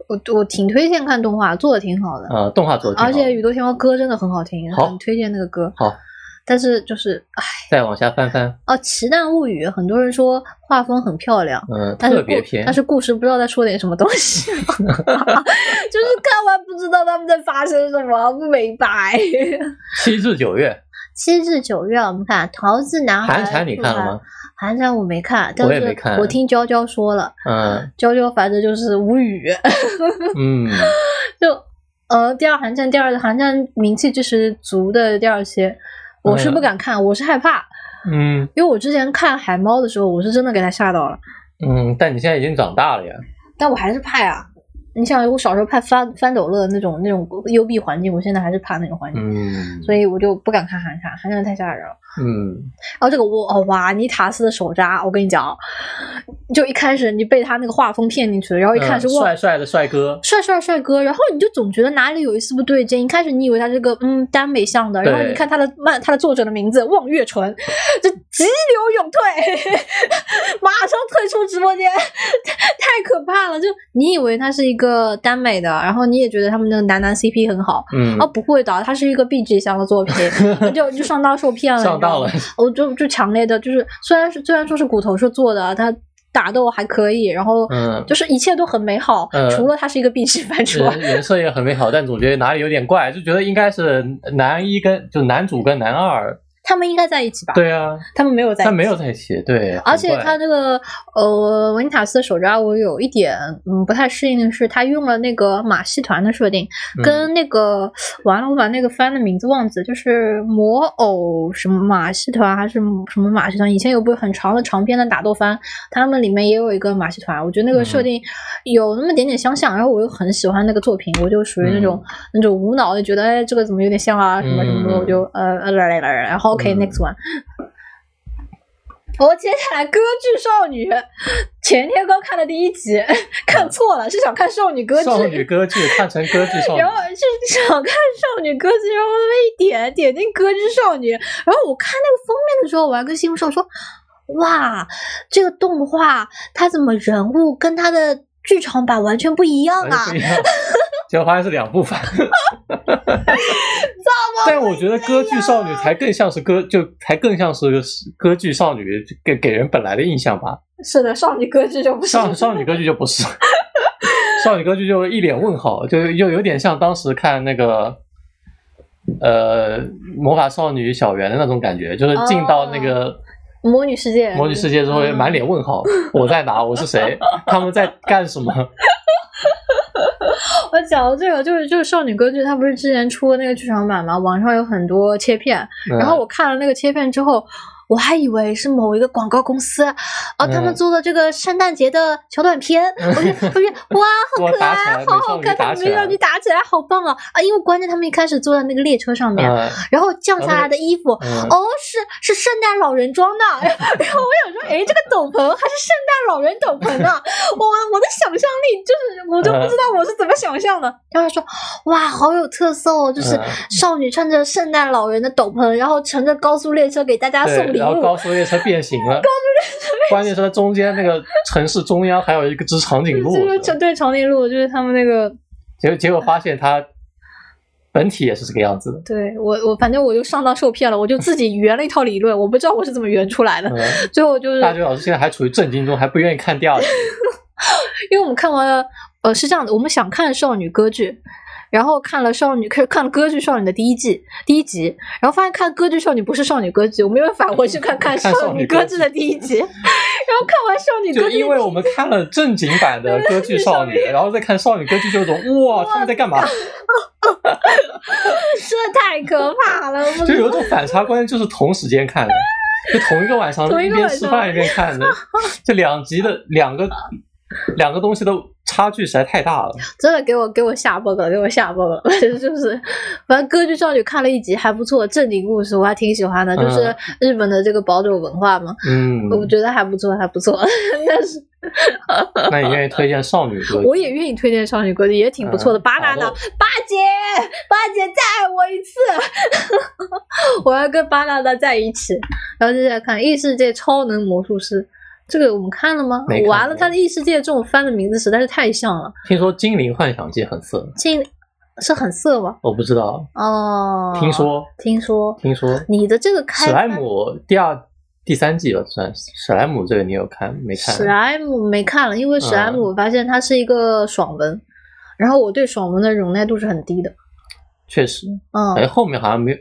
我我挺推荐看动画，做的挺好的，
啊、动画做的挺好
而
的
且宇多田光歌真的很好听，
好
很推荐那个歌。
好，
但是就是唉
再往下翻翻，
哦，《奇蛋物语》很多人说画风很漂亮，
嗯、
但是
特别
故
篇
但。是故事不知道在说点什么东西， 就是看完不知道他们在发生什么，不明白。
七至九月，
七至九月，我们看桃子
啊
男孩。
寒蝉你看了吗？？
寒蝉我没看，但
我也
是
没看
我听娇娇说了，
嗯
娇娇反正就是无语，
嗯，
就呃，第二寒战，第二寒战名气就是足的第二些，我是不敢看，我是害怕，
嗯
因为我之前看海猫的时候，我是真的给它吓到了，
嗯，但你现在已经长大了呀，
但我还是怕呀。你想，我小时候怕翻翻斗乐那种那种幽闭环境，我现在还是怕那种环境，
嗯，
所以我就不敢看寒战，寒战太吓人了。
嗯，
然后这个我哦哇，尼塔斯的手札，我跟你讲，就一开始你被他那个画风骗进去了，然后一看
嗯
是哇、
帅帅的帅哥，
帅帅帅哥，然后你就总觉得哪里有一丝不对劲。一开始你以为他是个嗯耽美向的，然后
对
你看他的漫，他的作者的名字望月纯，就急流勇退， 马上退出直播间，太可怕了！就你以为他是一个耽美的，然后你也觉得他们那个男男 CP 很好。
嗯
哦，，不会的，他是一个 B G 向的作品， 就就上当受骗了，你知道
上当
吗
了，
我哦就就强烈的，就是虽然是虽然说是骨头是做的，啊它打斗还可以，然后
嗯
就是一切都很美好，
嗯
除了它是一个 B 级番之外
人，人设也很美好，但总觉得哪里有点怪，就觉得应该是男一跟就男主跟男二，
他们应该在一起吧？，
对啊，
他们没有在一起，
但没有。在一起，对，
而
很
且
怪
他这个呃维尼塔斯的手札，我有一点嗯不太适应的是，他用了那个马戏团的设定，
嗯
跟那个完了我把那个番的名字忘记了，就是魔偶什么马戏团还是什么马戏团，以前有部很长的长篇的打斗番，他们里面也有一个马戏团，我觉得那个设
嗯
定有那么点点相像，然后我又很喜欢那个作品，我就属于那种、那种无脑的觉得哎这个怎么有点像啊什么什么的，
嗯
我就呃呃来来来来，然后 OK
嗯
next one。我接下来《歌剧少女》，前天刚看的第一集， 看错了，是想看少女歌剧。
嗯少女歌剧看成歌剧 少女
然，后是想看少女歌剧，然后那么一点点进歌剧少女，然后我看那个封面的时候，我还跟新木说说，哇，这个动画它怎么人物跟它的剧场版完全不一样
完
啊
哎全？不一样，结果发现是两部番。但我觉得歌剧少女才更像是歌，就才更像是个歌剧少女给给人本来的印象吧。
是的，少女歌剧就不是
少少女歌剧就不 是，少女歌剧就一脸问号，就就有点像当时看那个呃魔法少女小圆的那种感觉，就是进到那
哦
个
魔女世界，
魔女世界之后
嗯
满脸 问号，我在哪？我是谁？他们在干什么？
我讲到这个，就是就是少女歌剧，它不是之前出了那个剧场版嘛，网上有很多切片，
嗯
然后我看了那个切片之后，
我还以为是某一个广告公司，哦，他们
嗯
做了这个圣诞节的小短 片，我就我就哇，好
哇
可
打起
爱，好
来美少
好
女
看，他
打
们
起
没让
来
你打起来，好棒哦啊！因为关键他们一开始坐在那个列车上面，
嗯
然后降下
然后那
来的衣服，
嗯，
哦，是是圣诞老人装的， 然后然后我想说，哎，这个斗篷还是圣诞老人斗篷呢、哇，我的想象力就是我就不知道我是怎么想象的。然后他说，哇，好有特色哦，就是
嗯
少女穿着圣诞老人的斗篷，然后乘着高速列车给大家送
对，
礼
然后
物
高。速列车变形 了，关键是它中间那个城市中央还有一个只长颈 鹿，
就是
是吧
长对长颈鹿，就是他们那个，
结果结果发现它本体也是这个样 子的。
对我我反正我就上当受骗了，我就自己圆了一套理论，我不知道我是怎么圆出来的。
嗯，
最后就是
大学老师现在还处于震惊中，还不愿意看第 二集。
因为我们看完了，呃，是这样的，我们想看少女歌剧，然后看了少女看看了歌剧少女的第一季第一集，然后发现看歌剧少女不是少女歌剧，我们又返回去看看
看
少
少
女
女
歌
歌
剧
剧
的第 一集，然后看完少女歌
就
剧
因为我们看了正经 版的歌剧少女，然后再看少女歌剧，就有种哇，他们在干嘛？
这太可怕了，我
就有一种反差，关键就是同时间看的，就同一个晚 上
同一
一
个
边
晚
吃
上
饭一边看 的，这两集的两个两个东西的差距实在太大了。
真的给我给我吓崩了，给我吓崩了， 就是，反正歌剧少女看了一集还不错，正经故事我还挺喜欢的，就是
嗯
日本的这个保守文化嘛，
嗯，
我觉得还不错，还不错， 但是
那你愿意推荐少女歌
我也愿意推荐少女歌剧，也挺不错的。
嗯
巴娜娜
好的，
八姐，八姐再爱我一次， 我要跟巴娜娜在一起。然后接下来看《异世界超能魔术师》，这个我们看了吗？
没看
完了，
过
他的异世界这种翻的名字实在是太像了。
听说《精灵幻想记》很色，
这是很色吗？
我不知道，
哦，
听说
听说
听说
你的这个开
史莱
发
姆第二第三季了，算是史莱姆这个你有看没看？嗯
史莱姆没看了，因为史莱姆我发现它是一个爽文，然后我对爽文的容耐度是很低的。
确实，
嗯，
哎，后面好像没有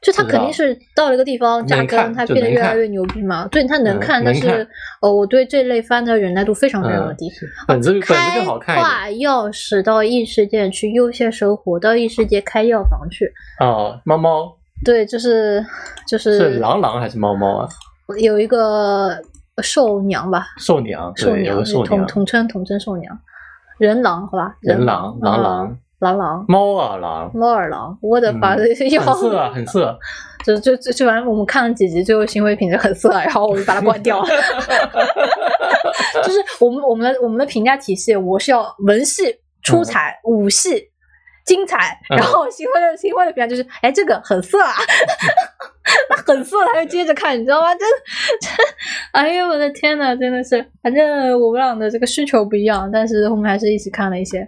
就他
不知
肯
道
定是到了一个地方扎
能
根，
看
他
就
变得
能
越来
看
越牛逼嘛。对，他能
嗯
看，但
能
是
看
呃，我对这类番的忍耐度非常非常的
嗯
低。
本子本子
开
更好看一点
挂钥匙到异世界去悠闲生活，到异世界开药房去。
哦。猫猫
对，就是就是
是狼狼还是猫猫啊？
有一个兽娘吧，
兽娘
兽
对，有
娘
个兽
统
娘，
统称统称兽娘，人狼好吧？
嗯
人
狼
狼，狼
狼
狼，
狼狼。
猫啊狼，
猫耳狼，我的
嗯
妈的，要
很色啊，很色。
就就就就反正我们看了几集，最后行为品质很色，然后我就把它关掉了。 就是我们我们的我们的评价体系，我是要文戏、出彩、武戏、精彩，
嗯
然后新婚的新婚的评价就是，哎，这个很色啊， 那很色，他就接着看，你知道吗？真真，哎呦我的天呐，真的是，反正我们俩的这个需求不一样，但是我们还是一起看了一些。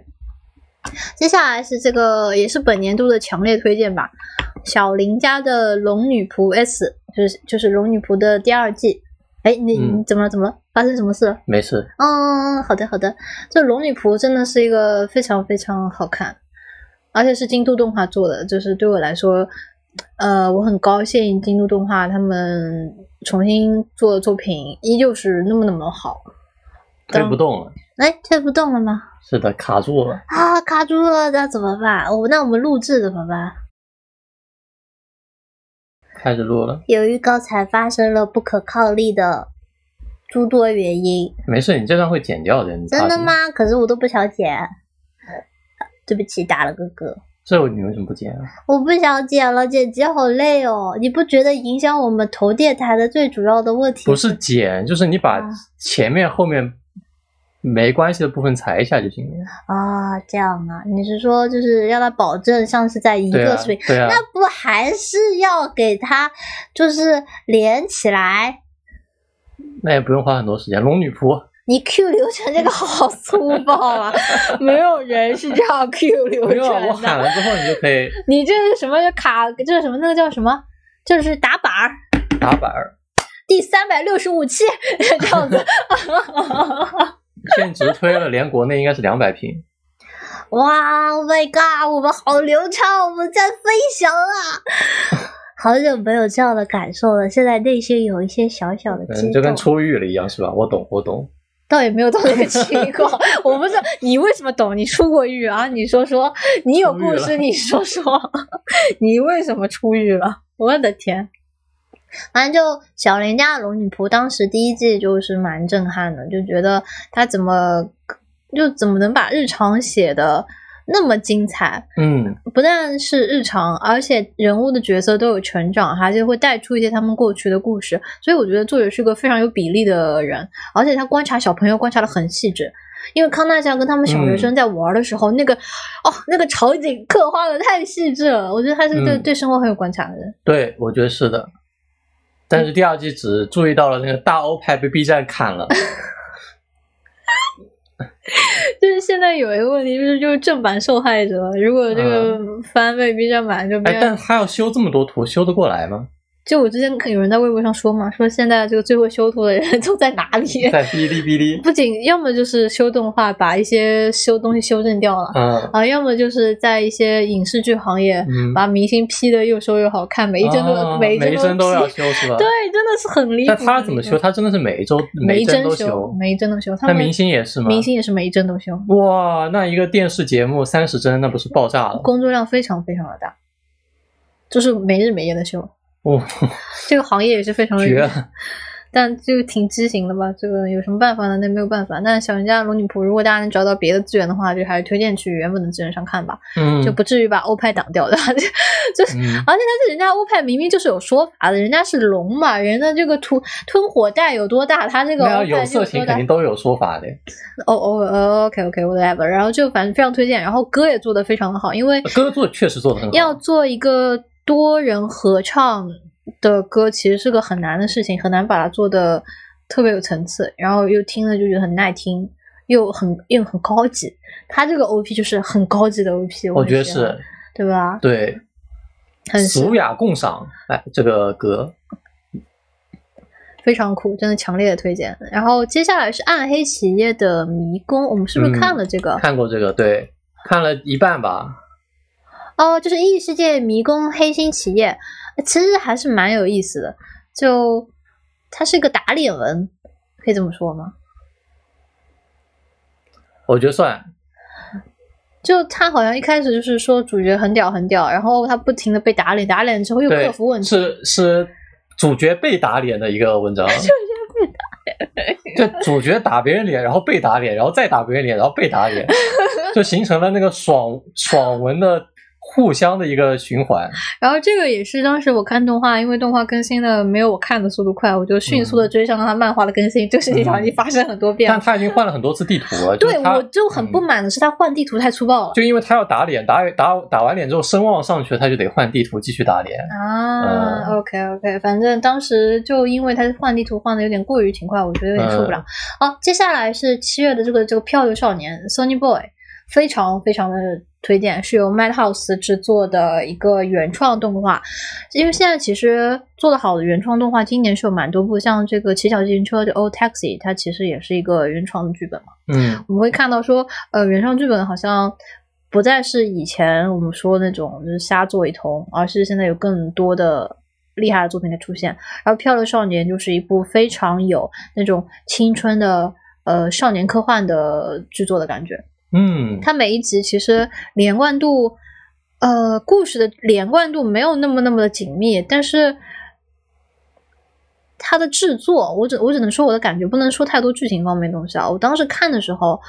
接下来是这个也是本年度的强烈推荐吧，小林家的《龙女仆 S》，就是就是《龙女仆》的第二季。哎，你
嗯
你怎么了？怎么了？发生什么事了？
没事，
嗯，好的好的。这《龙女仆》真的是一个非常非常好看，而且是京都动画做的，就是对我来说，呃，我很高兴京都动画他们重新做的作品依旧是那么那么好。
推不动了。
哎，推不动了吗？
是的，卡住了。
啊，卡住了，那怎么办？哦，那我们录制怎么办？
开始录了，
由于刚才发生了不可抗力的诸多原因，
没事，你这段会剪掉的。你怕
真的
什么？
吗？可是我都不想剪，对不起，打了个嗝，
这你为什么不剪啊？
我不想剪了，剪辑好累哦。你不觉得影响我们投电台的最主要的问题
不是剪，就是你把
啊
前面后面没关系的部分裁一下就行了。
啊？这样啊？你是说就是让他保证像是在一
对
个
啊
视频，，
对啊，
那不还是要给他就是连起来？
那也不用花很多时间。龙女仆，
你 Q 流程这个 好粗暴啊！
没有人是这样 Q 流
不
程
用啊，我
的。
喊了之后你就可以
你这是什么卡？这是什么？那个叫什么？
就是打板儿，
打板儿，
第三百六十五期 这样子，
现在直推了，连国内应该是两百平。
哇，Oh my god，我们好流畅，我们在飞翔啊！ 好久没有这样的感受了，现在内心有一些小小的激
嗯，就跟
动，
出狱了一样，是吧？我懂，我懂。
倒也没有到那个情 况。我不知道你为什么懂，你出过狱啊？你说说，你有故
出狱
事，你说说，你为什么出狱了？我的天，反正就小林家的龙女仆当时第一季就是蛮震撼的，就觉得他怎么就怎么能把日常写的那么精彩，
嗯，
不但是日常，而且人物的角色都有成长，而且会带出一些他们过去的故事。所以我觉得作者是个非常有比例的人，而且他观察小朋友观察的很细致。因为康纳酱跟他们小学
嗯
生在玩的时候，那个哦，那个场景刻画的太细致了。我觉得他是对、
嗯
对生活很有观察的人。
对，我觉得是的。但是第二季只注意到了那个大欧派被 B 站砍了，
就是现在有一个问题，就是就是正版受害者，如果这个
嗯
番被 B 站版就被、
哎， 但他要修这么多图，修得过来吗？
就我之前看有人在微博上说嘛，说现在这个最会修图的人 都在哪里？
在哔哩哔哩，
不仅要么就是修动画，把一些修东西修正掉了。
嗯
啊，要么就是在一些影视剧行业，
嗯，
把明星 P 的又修又好看，每一帧都、
啊
每
每
一帧
帧 都要
P
修是吧？
对，真的是很离谱。
但他怎么修？？他真的是每一周每
每
一
一
帧都
帧修，每一帧都修。他
那
们
明星也是吗？
明星也是每一帧都修，
哇，那一个电视节目三十帧，那不是爆炸了？
工作量非常非常的大，就是没日没夜的修。
哇、
这个行业也是非常的
绝了！
但就挺畸形的吧，这个有什么办法呢？那没有办法。但小人家的龙女仆，如果大家能找到别的资源的话，就还是推荐去原本的资源上看吧，
嗯，
就不至于把欧派挡掉的。就是，而
嗯
且啊但是人家欧派明明就是有说法的，人家是龙嘛，人家这个吞吞火带有多大，他这个
那要
欧派
有
就
色
有
情
多
肯
大
定。都有说法的。
哦哦哦，OK OK whatever。然后就反正非常推荐，然后歌也做得非常的好，因为
歌做确实做的很好，
要做一个多人合唱的歌，其实是个很难的事情，很难把它做的特别有层次，然后又听了就觉得很耐听，又很又很高级。他这个 OP 就是很高级的 OP，
我
也
觉得
喜欢
是
对吧？
对
很
《
是
俗雅共赏》哎，这个歌
非常酷，真的强烈的推荐。然后接下来是《暗黑企业的迷宫》，我们是不是
嗯
看了这个？
看过这个，对，看了一半吧。
哦，就是异世界迷宫黑心企业，其实还是蛮有意思的。就它是一个打脸文，可以这么说吗？
我觉得算，
就他好像一开始就是说主角很屌很屌，然后他不停的被打脸，打脸之后又
对
克服问，题，
是是主角被打脸的一个 文章，就主角打别人脸，然后被打脸，然后再打别人脸，然后被打脸，就形成了那个爽爽文的互相的一个循环。
然后这个也是当时我看动画，因为动画更新的没有我看的速度快，我就迅速的追上了他漫画的更新。这个事情好像已经发生很多遍了。
嗯但他已经换了很多次地图 了，就
对
是，他
我就很不
嗯
满的是他换地图太粗暴了、
就因为他要打脸，打打打完脸之后声望上去了，他就得换地图继续打脸。
啊。OK
呃
OK，反正当时就因为他换地图换的有点过于勤快，我觉得有点受不了。
呃
哦、接下来是七月的这个这个漂流少年 Sony Boy，非常非常的推荐，是由 Madhouse 制作的一个原创动画。因为现在其实做的好的原创动画，今年是有蛮多部，像这个骑小自行车的 Old Taxi，它其实也是一个原创的剧本嘛。
嗯，
我们会看到说，呃，原创剧本好像不再是以前我们说那种就是瞎做一通，而是现在有更多的厉害的作品的出现。然后《漂流少年》就是一部非常有那种青春的呃少年科幻的剧作的感觉。
嗯，
它每一集其实连贯度，呃，故事的连贯度没有那么那么的紧密，但是它的制作，我只我只能说我的感觉，不能说太多剧情方面的东西啊。我当时看的时候，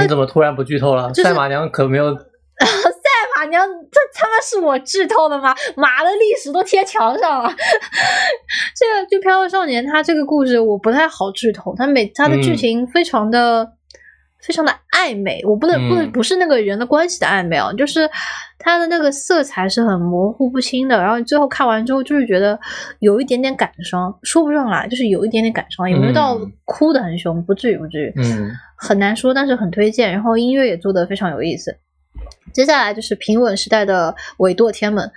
你怎么突然不剧透了？
就是
赛马娘可没有，
赛马娘，这他妈是我剧透的吗？马的历史都贴墙上了。 这个就《飘飘少年》，他这个故事我不太好剧透，他每他的剧
嗯
情非常的、非常的暧昧，我不能不能
嗯
不是那个人的关系的暧昧啊，就是他的那个色彩是很模糊不清的，然后最后看完之后就是觉得有一点点感伤，说不上来，就是有一点点感伤，也没有到
嗯
哭的很凶，不至于不至于，
嗯，
很难说，但是很推荐。然后音乐也做得非常有意思。接下来就是平稳时代的尾舵天门，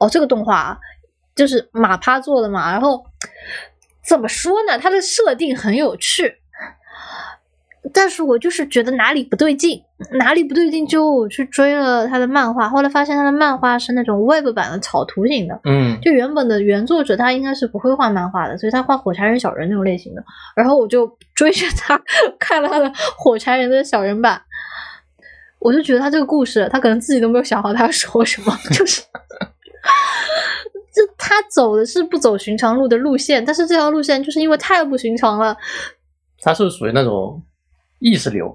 哦，这个动画啊就是马趴做的嘛。然后怎么说呢？它的设定很有趣，但是我就是觉得哪里不对劲，哪里不对劲，就我去追了他的漫画，后来发现他的漫画是那种 Web 版的草图型的，
嗯，
就原本的原作者他应该是不会画漫画的，所以他画火柴人小人那种类型的。然后我就追着他 看了他的火柴人的小人版，我就觉得他这个故事，他可能自己都没有想好他要说什么，就是就他他走的是不走寻常路的路线，但是这条路线就是因为太不寻常了，
它是属于那种意识流，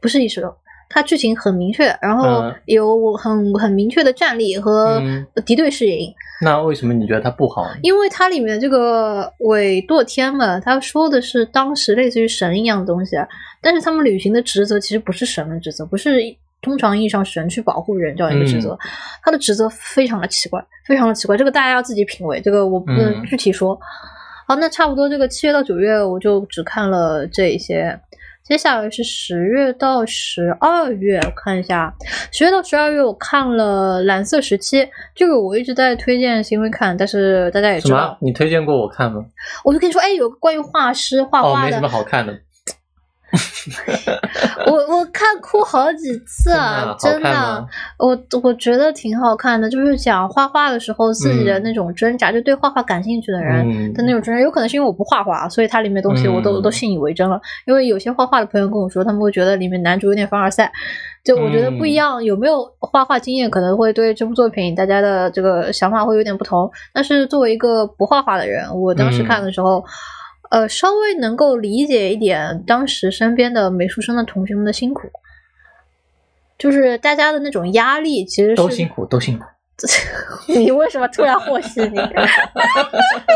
不是意识流。它剧情很明确，然后
嗯
有我很很明确的战力和
嗯
敌对视野营，
那为什么你觉得它不好呢？
因为它里面这个韦堕天嘛，他说的是当时类似于神一样的东西，啊，但是他们履行的职责其实不是神的职责，不是通常意义上神去保护人这样一个职责，他的职责非常的奇怪，非常的奇怪，这个大家要自己品味，这个我不能
嗯
具体说。好，那差不多这个七月到九月我就只看了这一些。接下来是十月到十二月，我看一下，十月到十二月我看了《蓝色时期》，这个我一直在推荐新辉看，但是大家也
什
知
么
道
啊？，你推荐过我看吗？
我就跟你说，哎，有个关于画师画
哦，
画
没
的，
什么好看的。
我我看哭好几次啊， 真
真的
的
啊好看吗
我我觉得挺好看的，就是讲画画的时候自己的
嗯
那种挣扎，就对画画感兴趣的人。
嗯
的那种挣扎，有可能是因为我不画画，所以它里面东西我都、
嗯
我都信以为真了。因为有些画画的朋友跟我说，他们会觉得里面男主有点凡尔赛，就我觉得不
嗯
一样。有没有画画经验，可能会对这部作品大家的这个想法会有点不同。但是作为一个不画画的人，我当时
嗯
看的时候，呃，稍微能够理解一点当时身边的美术生的同学们的辛苦。就是大家的那种压力，其实是
都辛苦，都辛苦。
你为什么突然和稀泥？ 为什么突然就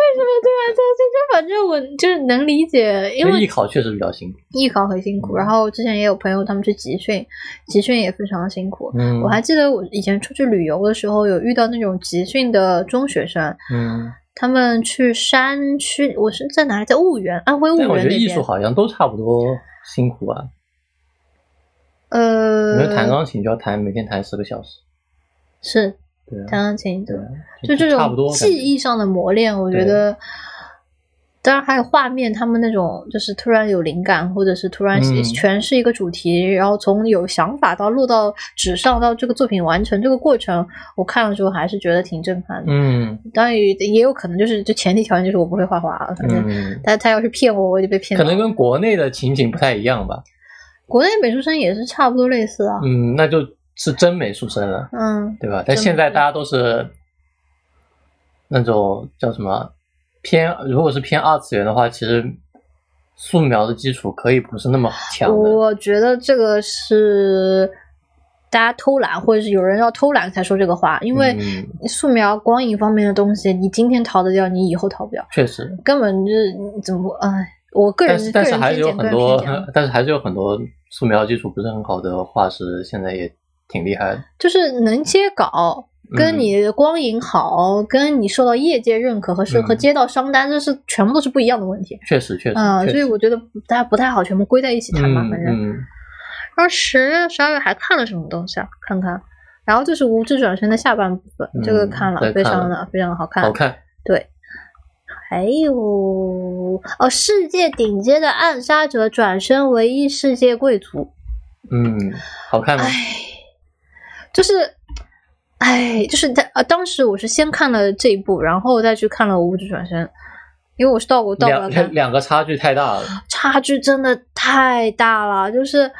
就反正我就是能理解，因
艺
为
考确实比较辛苦。
艺考很辛苦，然后之前也有朋友他们去集训，集训也非常辛苦。
嗯，
我还记得我以前出去旅游的时候，有遇到那种集训的中学生，
嗯，
他们去山区，我是在哪里？在婺源，安徽婺
但我
源
觉得
那
艺术
边。
好像都差不多辛苦啊。
呃
你，说弹钢琴就要弹，每天弹十个小时。
是
对啊，
弹钢琴，
对啊，
就这
差不多
种
感觉
技艺上的磨练，我觉
对
得，当然还有画面，他们那种就是突然有灵感，或者是突然
嗯
诠释一个主题，然后从有想法到落到纸上，到这个作品完成这个过程，我看的时候还是觉得挺震撼的。
嗯
当然也也有可能就是，就前提条件就是我不会画画，啊，反正
嗯，
他他要是骗我，我就被骗
可
到。
能跟国内的情景不太一样吧。
国内美术生也是差不多类似啊，
嗯，那就是真美术生了，
嗯，
对吧？但现在大家都是那种叫什么偏，如果是偏二次元的话，其实素描的基础可以不是那么强的。
我觉得这个是大家偷懒，或者是有人要偷懒才说这个话，因为
嗯
素描、光影方面的东西，你今天逃得掉，你以后逃不了，
确实，
根本就是你怎么哎，我个人
但是但是
个人
还是有
偏见
很
个人
多
偏见 啊，
但是还是有很多素描基础不是很好的画师，现在也挺厉害的。
就是能接稿。跟
嗯
你的光影好，跟你受到业界认可和是、和
嗯
接到商单，这是全部都是不一样的问题。
确实，确实，
嗯、
确
所以
实
我觉得大家不太好全部归在一起谈吧，
嗯
反正。
嗯
然后十月、十二月还看了什么东西啊？看看。然后就是《无职转生》的下半部分，
嗯
这个看了，
对
非常
看
的非常好看。
好看。
对，还有哦，世界顶尖的暗杀者转身为一世界贵族，
嗯，好看吗？
就是，哎，就是他呃，当时我是先看了这一部，然后再去看了《无职转生》，因为我是倒过倒过来
两
看
两，两个差距太大了。
差距真的太大了，就是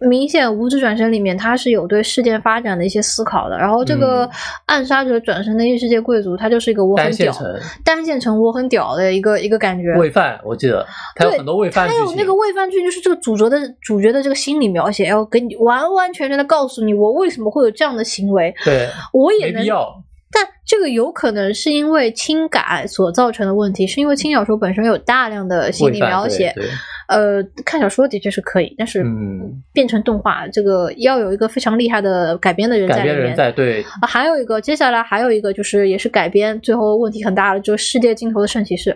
明显《无职转身》里面它是有对事件发展的一些思考的，然后这个
嗯
暗杀者转身的异世界贵族，他就是一个我很
单线
屌
程
单线程我很屌的一个一个感觉。
喂饭，我记得它有
对
很多喂饭
还
剧
有
情。
那个魏饭剧，就是这个主角的主角的这个心理描写，要给你完完全全的告诉你，我为什么会有这样的行为，
对，
我也
没
能
必要。
但这个有可能是因为轻改所造成的问题，是因为轻小说本身有大量的心
喂
理
饭
描
对
写，
对
呃，看小说的确是可以，但是
嗯，
变成动画，这个要有一个非常厉害的改编的人
改
在里
编人
面。
在对，
啊，还有一个，接下来还有一个就是也是改编，最后问题很大了，就是《世界尽头的圣骑士》，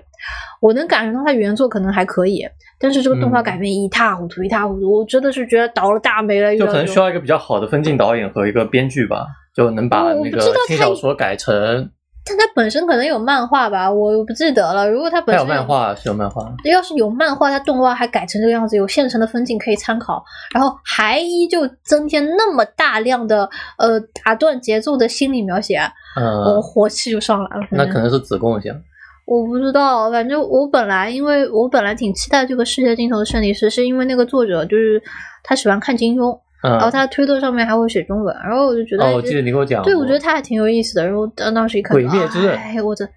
我能感觉到它原作可能还可以，但是这个动画
嗯
改编一塌糊涂，一塌糊涂，我真的是觉得倒了大霉了。遇
就
到
可能
这
需
种
要一个比较好的分镜导演和一个编剧吧，就能把
我哦我
那
不知
个
道
轻
它
小说改成。
但它本身可能有漫画吧，我不记得了。如果它
还
本
有
身
漫。画是有漫画，
要是有漫画，它动画还改成这个样子，有现成的分镜可以参考，然后还依旧增添那么大量的呃打断节奏的心理描写，我
嗯，
火气就上来了。
那
反正
可能是子贡像。
我不知道，反正我本来因哦为我本来挺期待这个《世界尽头的胜利》是，是因为那个作者就是他喜欢看金庸，
嗯
然后它推特上面还会写中文，然后我就觉得，
哦，我记得你跟我讲过，
对，我觉得它还挺有意思的。然后当当时一看，
鬼灭之刃
哎，我的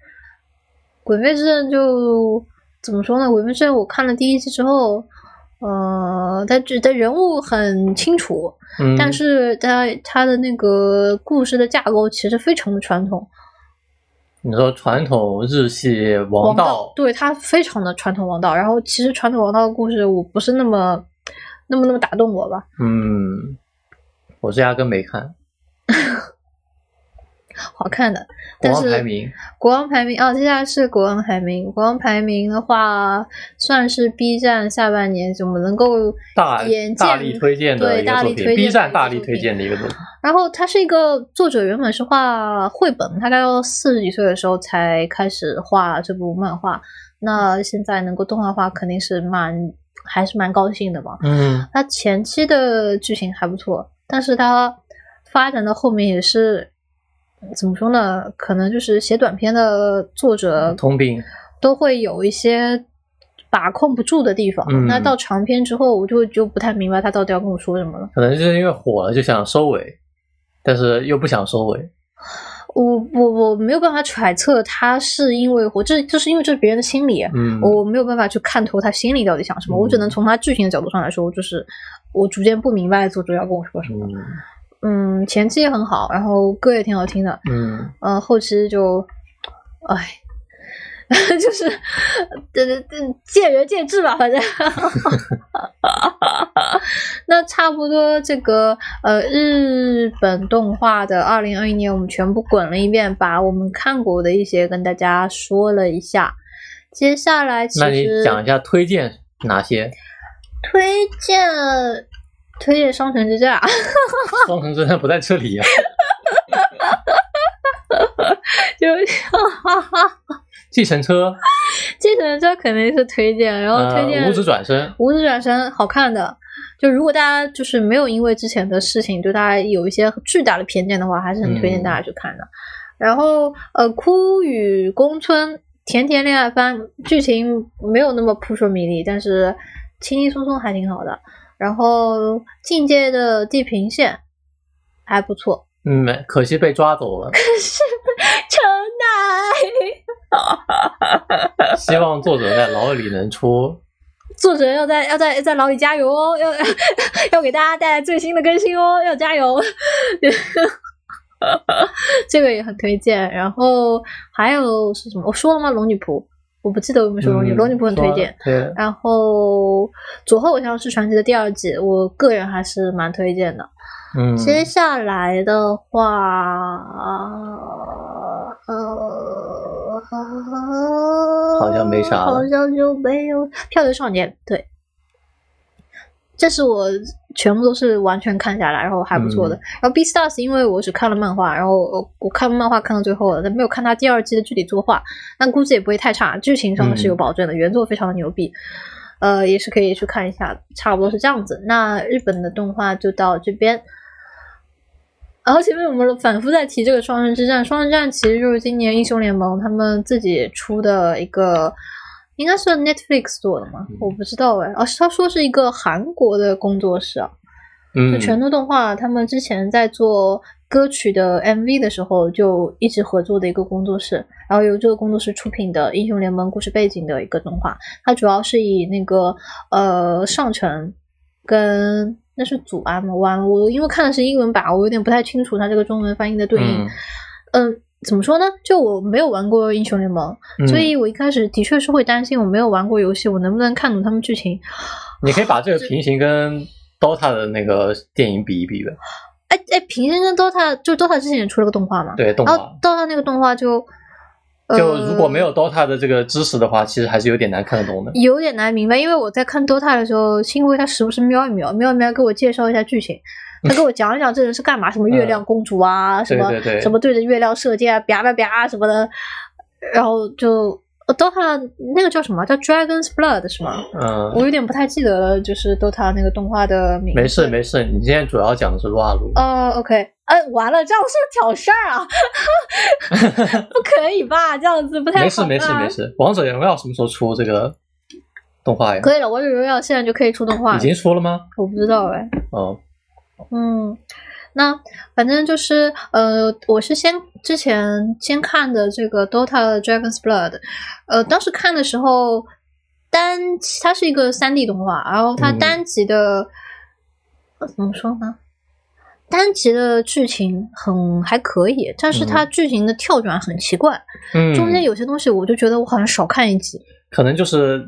鬼灭之刃就怎么说呢？鬼灭之刃我看了第一季之后，呃，它只它人物很清楚，
嗯，
但是它它的那个故事的架构其实非常的传统，
你说传统日系王道，
对它非常的传统王道。然后其实传统王道的故事我不是那么那么那么打动我吧。
嗯，我是压根没看。
好看的，
国
但
王
是
排名，
国王排名哦，接下来是国王排名。国王排名的话，算是 B 站下半年我们能够
大
眼见
大力推荐的
对
一个
大
作
力
品
推荐
，B
的
站
一个
大
作
力推
品
荐的一个作品。
然后他是一个作者，原本是画绘本，他大概到四十几岁的时候才开始画这部漫画。那现在能够动画化，肯定是蛮还是蛮高兴的嘛。
嗯
他前期的剧情还不错，但是他发展到后面也是怎么说呢？可能就是写短篇的作者
通病，
都会有一些把控不住的地方。
嗯
那到长篇之后，我就就不太明白他到底要跟我说什么了。
可能就是因为火了就想收尾，但是又不想收尾。
我我我没有办法揣测他是因为我这这是因为这是别人的心理，
嗯，
我没有办法去看透他心里到底想什么，我只
嗯
能从他剧情的角度上来说，就是我逐渐不明白作者要跟我说什么。
嗯
嗯，前期也很好，然后歌也挺好听的，
嗯，
呃，后期就，哎。 就是，对对对，见仁见智吧，反正。 那差不多这个呃，日本动画的二零二一年，我们全部滚了一遍，把我们看过的一些跟大家说了一下。接下来其
那你
实
讲一下推荐 哪些？
推荐推荐《双城之战》啊，
双城之战不在这里呀、啊
就是 哈哈哈，
计程车，
继承这肯定是推荐，然后推荐、
呃，五指转身，
无字转身好看的。就如果大家就是没有因为之前的事情对它有一些巨大的偏见的话，还是很推荐大家去看的。然后呃，枯与宫村甜甜恋爱番剧情没有那么扑朔迷离，但是轻轻松松还挺好的。然后境界的地平线还不错，
嗯，没可惜被抓走了。
是城奈
希望作者在牢里 能出。
作者要在要在在牢里加油哦， 要要给大家带来最新的更新哦， 要加油！这个也很推荐。然后还有是什么？我说了吗？龙女仆，我不记得我有没有说龙女，
嗯
仆，龙女仆很推荐。。
说对，
然后《左后偶像是传奇》的第二季，我个人还是蛮推荐的。
嗯，
接下来的话，呃，
好像没啥了
好像就没有《漂流少年》对。这是我全部都是完全看下来，然后还不错的。
嗯
然后《B Stars》因为我只看了漫画，然后我我看漫画看到最后了，但没有看它第二季的具体作画，但估计也不会太差，剧情上是有保证的，原作非常的牛逼，呃，也是可以去看一下的，差不多是这样子。那日本的动画就到这边。然后前面我们反复在提这个《双人之战》，《双人之战》其实就是今年英雄联盟他们自己出的一个，应该是 Netflix 做的嘛，
嗯
我不知道哎。哦，是他说是一个韩国的工作室啊，就
嗯，
全都动画他们之前在做歌曲的 MV 的时候就一直合作的一个工作室，然后由这个工作室出品的《英雄联盟》故事背景的一个动画，它主要是以那个呃上城跟那是祖安吗？完了，我因为看的是英文版，我有点不太清楚它这个中文翻译的对应。嗯、怎么说呢？就我没有玩过英雄联盟，
嗯
所以我一开始的确是会担心我没有玩过游戏，我能不能看懂他们剧情？
你可以把这个平行跟 DOTA 的那个电影比一比的，
哎哎，平行跟 DOTA 就 DOTA 之前也出了个动画嘛，
对动
然后
画。
DOTA 那个动画就。哦呃
就如果没有 DOTA 的这个知识的话，其实还是有点难看得懂的。
有点难明白，因为我在看 DOTA 的时候，幸亏他时不时瞄一瞄，瞄一瞄给我介绍一下剧 情，他给我讲一讲这人是干嘛，什么月亮公主啊，什么
嗯对对
什么对着月亮射箭啊，啪啪啪什么的，然后就呃 DOTA 那个叫什么叫 Dragon's Blood 是吗？
嗯，
我有点不太记得了，就是 DOTA 那个动画的名字。
没事没事，你今天主要讲的是撸啊撸。
哦、o k 哎，完了，这样是不是挑事儿啊？ 不可以吧？这样子不太
没
好啊
事
吧
没事没事，王者荣耀什么时候出这个动画呀？
可以了，王者荣耀现在就可以出动画
已
了。
经出了吗？
我不知道哎，
哦，
嗯，那反正就是呃，我是先之前先看的这个《Dota 的 Dragon's Blood》，呃，当时看的时候单集它是一个三 D 动画，然后它
嗯
单集的、呃怎么说呢？单集的剧情很还可以，但是它剧情的跳转很奇怪，
嗯，
中间有些东西我就觉得我好像少看一集。
可能就是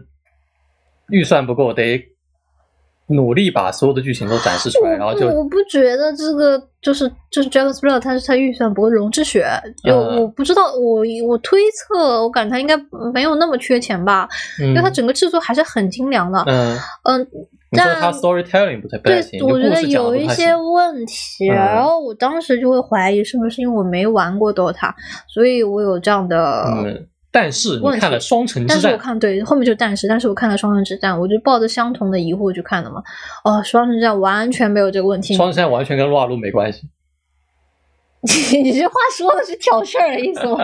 预算不够，得努力把所有的剧情都展示出来，然后
我不
就
我不觉得这个就是就是 Dragon's Blood，它是它预算不够，龙之血就
嗯
我不知道，我我推测，我感觉它应该没有那么缺钱吧，因
因
为它整个制作还是很精良的。
嗯，
嗯，
你说他
但
storytelling 不太不太
对
行，，
我
就
觉
故
得
事讲得
有
不
一
太
些
行
问题，
嗯
然后我当时就会怀疑是不是因为我没玩过 DOTA，所以我有这样的。
嗯，但是
问
你
题
看了《双城
但
之
是
战
我》，看对后面就但是，但是我看了《双城之战》，我就抱着相同的疑惑去看的嘛。哦，《双城之战》完全没有这个问题，
《双城之战》完全跟撸啊撸没关系，
你 这话说的是挑事儿的意思吗？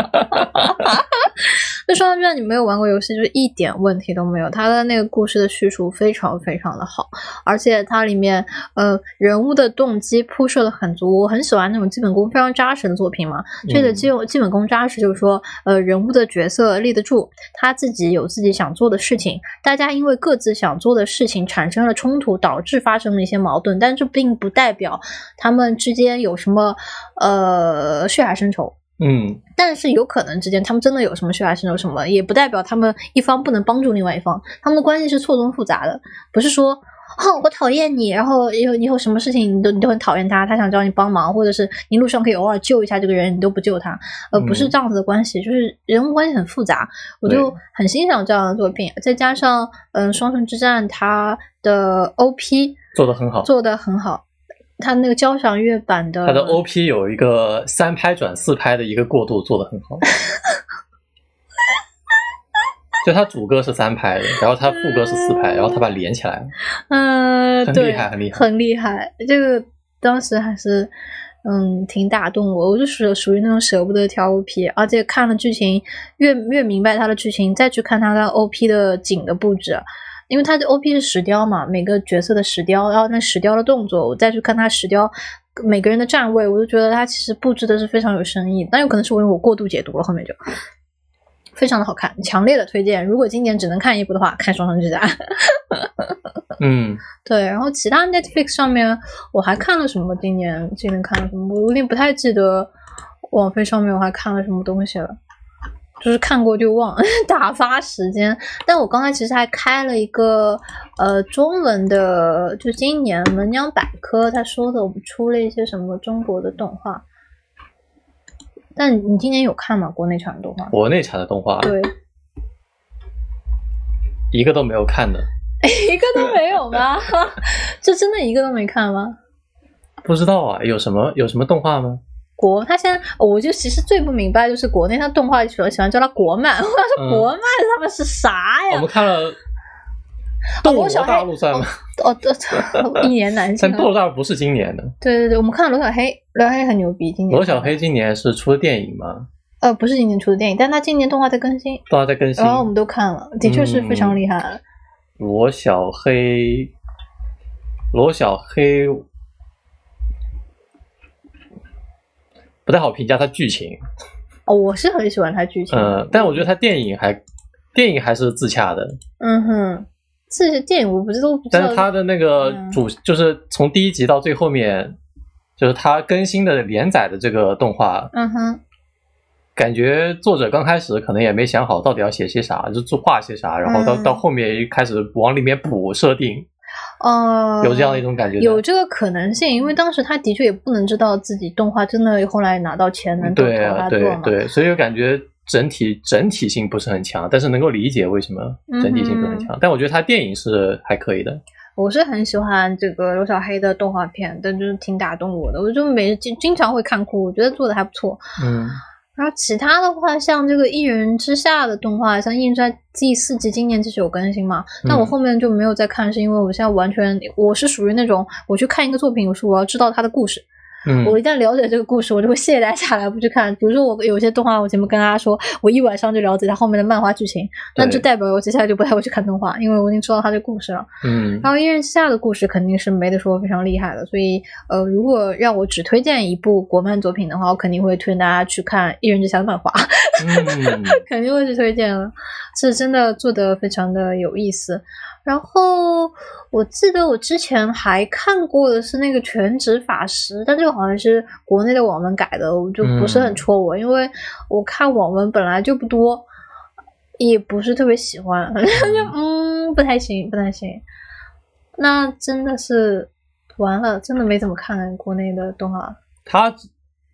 那《双城之战》你没有玩过游戏，就是一点问题都没有。它的那个故事的叙述非常非常的好，而且它里面呃人物的动机铺设的很足。我很喜欢那种基本功非常扎实的作品嘛。这个
嗯
基基本功扎实，就是说呃人物的角色立得住，他自己有自己想做的事情，大家因为各自想做的事情产生了冲突，导致发生了一些矛盾，但这并不代表他们之间有什么呃血海深仇。
嗯
但是有可能之间，他们真的有什么血海深仇什么，也不代表他们一方不能帮助另外一方，他们的关系是错综复杂的，不是说 哦我讨厌你，然后以后以后什么事情你都你都很讨厌他，他想找你帮忙，或者是嗯你路上可以偶尔救一下这个人，你都不救他，呃，不是
嗯
这样子的关系，就是人物关系很复杂，我就
对
很欣赏这样的作品，再加上嗯、呃双城之战它的 OP
做得很好，
做的很好，它那个交响乐版的
他的 OP 有一个三拍转四拍的一个过渡做得很 好，就他主歌是三拍的，然后他副歌是四拍，然后他把它连起来了，
嗯，
很
对
厉害很厉害
很厉害。这个当时还是嗯挺打动我，我就属属于那种舍不得挑 OP，而且看了剧情越越明白它的剧情，再去看它的 OP 的景的布置。因为它的 OP 是石雕嘛，每个角色的石雕，然后那石雕的动作，我再去看它石雕每个人的站位，我就觉得它其实布置的是非常有深意。但有可能是我因为我过度解读了，后面就 非常的好看，强烈的推荐。如果今年只能看一部的话，看《双城之战》。
嗯，
对，然后其他 Netflix 上面我还看了什么？今年今年看了什么？我有点不太记得网飞上面我还看了什么东西了，就是看过就忘， 打发时间。但我刚才其实还开了一个呃中文的，就今年文阳百科他说的，我们出了一些什么中国的动画。但你今年有看吗？国内产的动画？
国内产的动画
对，
一个都没有看的，
一个都没有吗？ 就真的一个都没看吗？
不知道啊，有什么有什么动画吗？
国，他现在、哦我就其实最不明白就是国内他动画喜欢喜欢叫他国漫， 我想
嗯
说国漫他们是啥
我
哎呀
们？看了《
哦
斗
罗
罗
小
大
黑
陆》算吗？
哦，对，对一言难尽
但《
啊。
斗罗大陆》不是今年的，
对对对，我们看了罗小黑，罗小黑很牛逼，今年
罗小黑今年是出的电影嘛，
呃不是今年出的电影，但他今年动画在更新，
动画在更新嗯
然。后我们都看了，的确是非常厉害。
罗小黑，罗小黑不太好评价它剧情，
哦，我是很喜欢他剧情，
嗯，但我觉得它电影还电影还是自洽的，
嗯哼，这些电影我不知道，不知道
但是它的那个
嗯
主、就是从第一集到最后面，就是它更新的连载的这个动画，
嗯哼，
感觉作者刚开始可能也没想好到底要写些啥，就做画些啥，然后到、
嗯
到后面开始往里面补设定，
哦、
有这样的一种感觉在。
有这个可能性，因为当时他的确也不能知道自己动画真的后来拿到钱能投
对
投
啊，
他做
对
嘛。
对，所以我感觉整体整体性不是很强，但是能够理解为什么
嗯
整体性不是很强。但我觉得它电影是还可以的，
我是很喜欢这个罗小黑的动画片，但就是挺打动我的，我就每经经常会看哭，我觉得做的还不错。
嗯
然后其他的话，像这个《一人之下》的动画，像《一人之下》第四季今年其实有更新嘛，但我
嗯
后面就没有再看，是因为我现在完全我是属于那种我去看一个作品，我说我要知道它的故事，
嗯，
我一旦了解这个故事，我就会懈怠下来不去看。比如说我有些动画，我前面跟大家说，我一晚上就了解它后面的漫画剧情，那
对
就代表我接下来就不太会去看动画，因为我已经知道它的故事了。
嗯
然后《一人之下》的故事肯定是没得说，非常厉害的。所以，呃，如果让我只推荐一部国漫作品的话，我肯定会推荐大家去看《一人之下》的漫画，
嗯，
肯定会去推荐了。是真的做得非常的有意思。然后我记得我之前还看过的是那个《全职法师》，但这个好像是国内的网文改的，我就不是很
嗯
戳我，因为我看网文本来就不多，也不是特别喜欢， 就嗯不太行，不太行。那真的是完了，真的没怎么看国内的动画，
他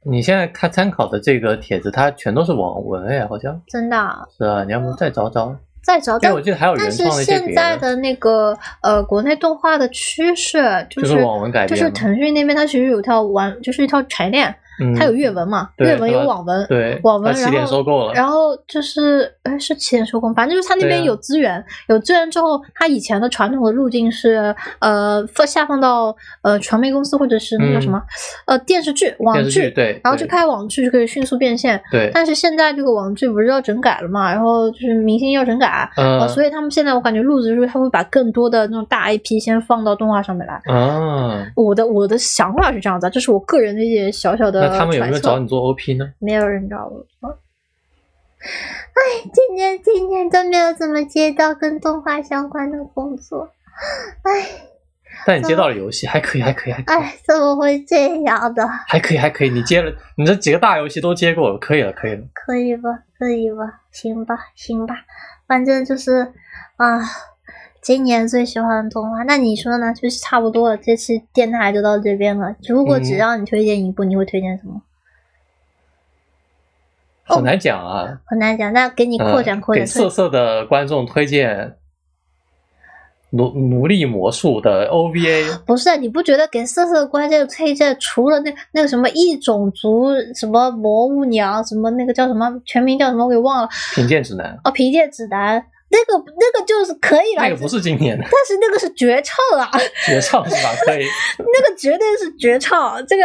你现在看参考的这个帖子，它全都是网文哎，好像
真的啊、
是啊，你要不再找找？
再找
对，
但
我记得还有
但
原
是
创了一些
现
别
在的那个呃国内动画的趋势就
就是是网文改
就
编
是
嘛，
腾讯那边它其实有一套完，就是一套产业链，
嗯
它有阅文嘛，
对
阅文
它
有网文，
对
网文
它
然
起点
后
收购了，
然后就是哎是七点收工，反正就是它那
对
边
啊
有资源，有资源之后，它以前的传统的路径是呃放下放到呃传媒公司或者是那个什么、呃电视剧网
嗯电视剧对，
然后
对
去拍网剧就可以迅速变现。
对，
但是现在这个网剧不是要整改了嘛，然后就是明星要整改，呃，
嗯
所以他们现在我感觉路子就是他会把更多的那种大 IP 先放到动画上面来。
啊，
我的我的想法是这样子啊，这是我个人的一些小小的
那他们有没有
揣测
找你做 OP 呢？
没有人找我。哎，今年今年都没有怎么接到跟动画相关的工作，
但你接到了游戏，还可以，还可以，还可以
哎，怎么会这样的？
还可以，还可以。你接了，你这几个大游戏都接过了，可以了，可以了。
可以吧，可以吧，行吧，行吧，反正就是啊，今年最喜欢的动画。那你说呢？就是差不多了，这期电台就到这边了。如果只
嗯
让你推荐一部，你会推荐什么？
好难讲啊。
很难讲。那哦给你
嗯
扩展扩展
给，色色的观众推荐奴奴隶魔术的 OVA，
不是啊，你不觉得给色色的关键推荐，除了那那个什么异种族什么魔物娘什么那个叫什么全名叫什么我给忘了
贫贱指南，
哦，皮界指南那个那个就是可以了，
那个不是今年的
但是那个是绝唱啊。
绝唱 是吧？可以，
这个绝对是绝唱，这个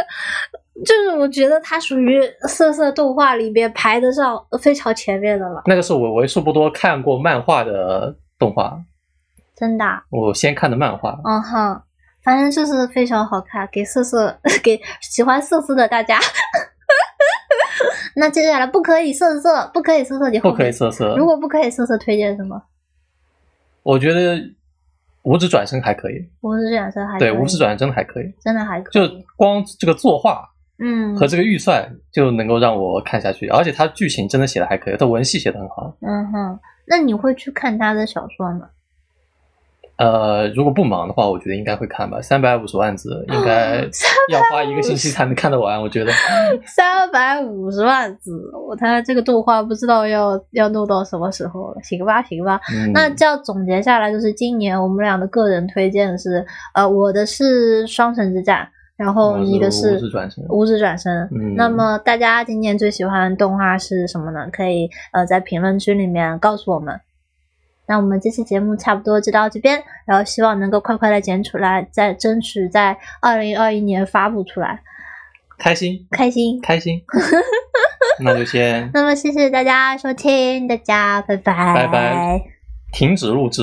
就是我觉得它属于色色动画里边排得上非常前面的了，
那个是我为数不多看过漫画的动画，
真的啊。
我先看的漫画。
嗯哼，反正就是非常好看，给色色 给喜欢色色的大家。那接下来不可以色色，不可以色色，你后
不
面
可以色色，
如果不可以色色，推荐什么？
我觉得五指转身还可以，
无指转身还可以
对，无指转身还可以，
真的还可以，
就光这个作画
嗯
和这个预算就能够让我看下去，而且它剧情真的写的还可以，它文戏写的很好。
嗯哼，那你会去看他的小说吗？
呃，如果不忙的话，我觉得应该会看吧，三百五十万字应该要花一个星期才能看得完，我觉得。
哦三百五十万字，我他这个动画不知道要要弄到什么时候了。行吧，行吧，
嗯，
那这样总结下来，就是今年我们俩的个人推荐是，呃，我的是《双城之战》，然后
我
你的
是
是
无指转身
《五指转身》。
嗯
那么大家今年最喜欢的动画是什么呢？可以呃在评论区里面告诉我们。那我们这期节目差不多就到这边，然后希望能够快快的剪出来，再争取在二零二一年发布出来，
开心
开心。
开心，那就先
那么谢谢大家收听，大家拜拜，
拜拜停止录制。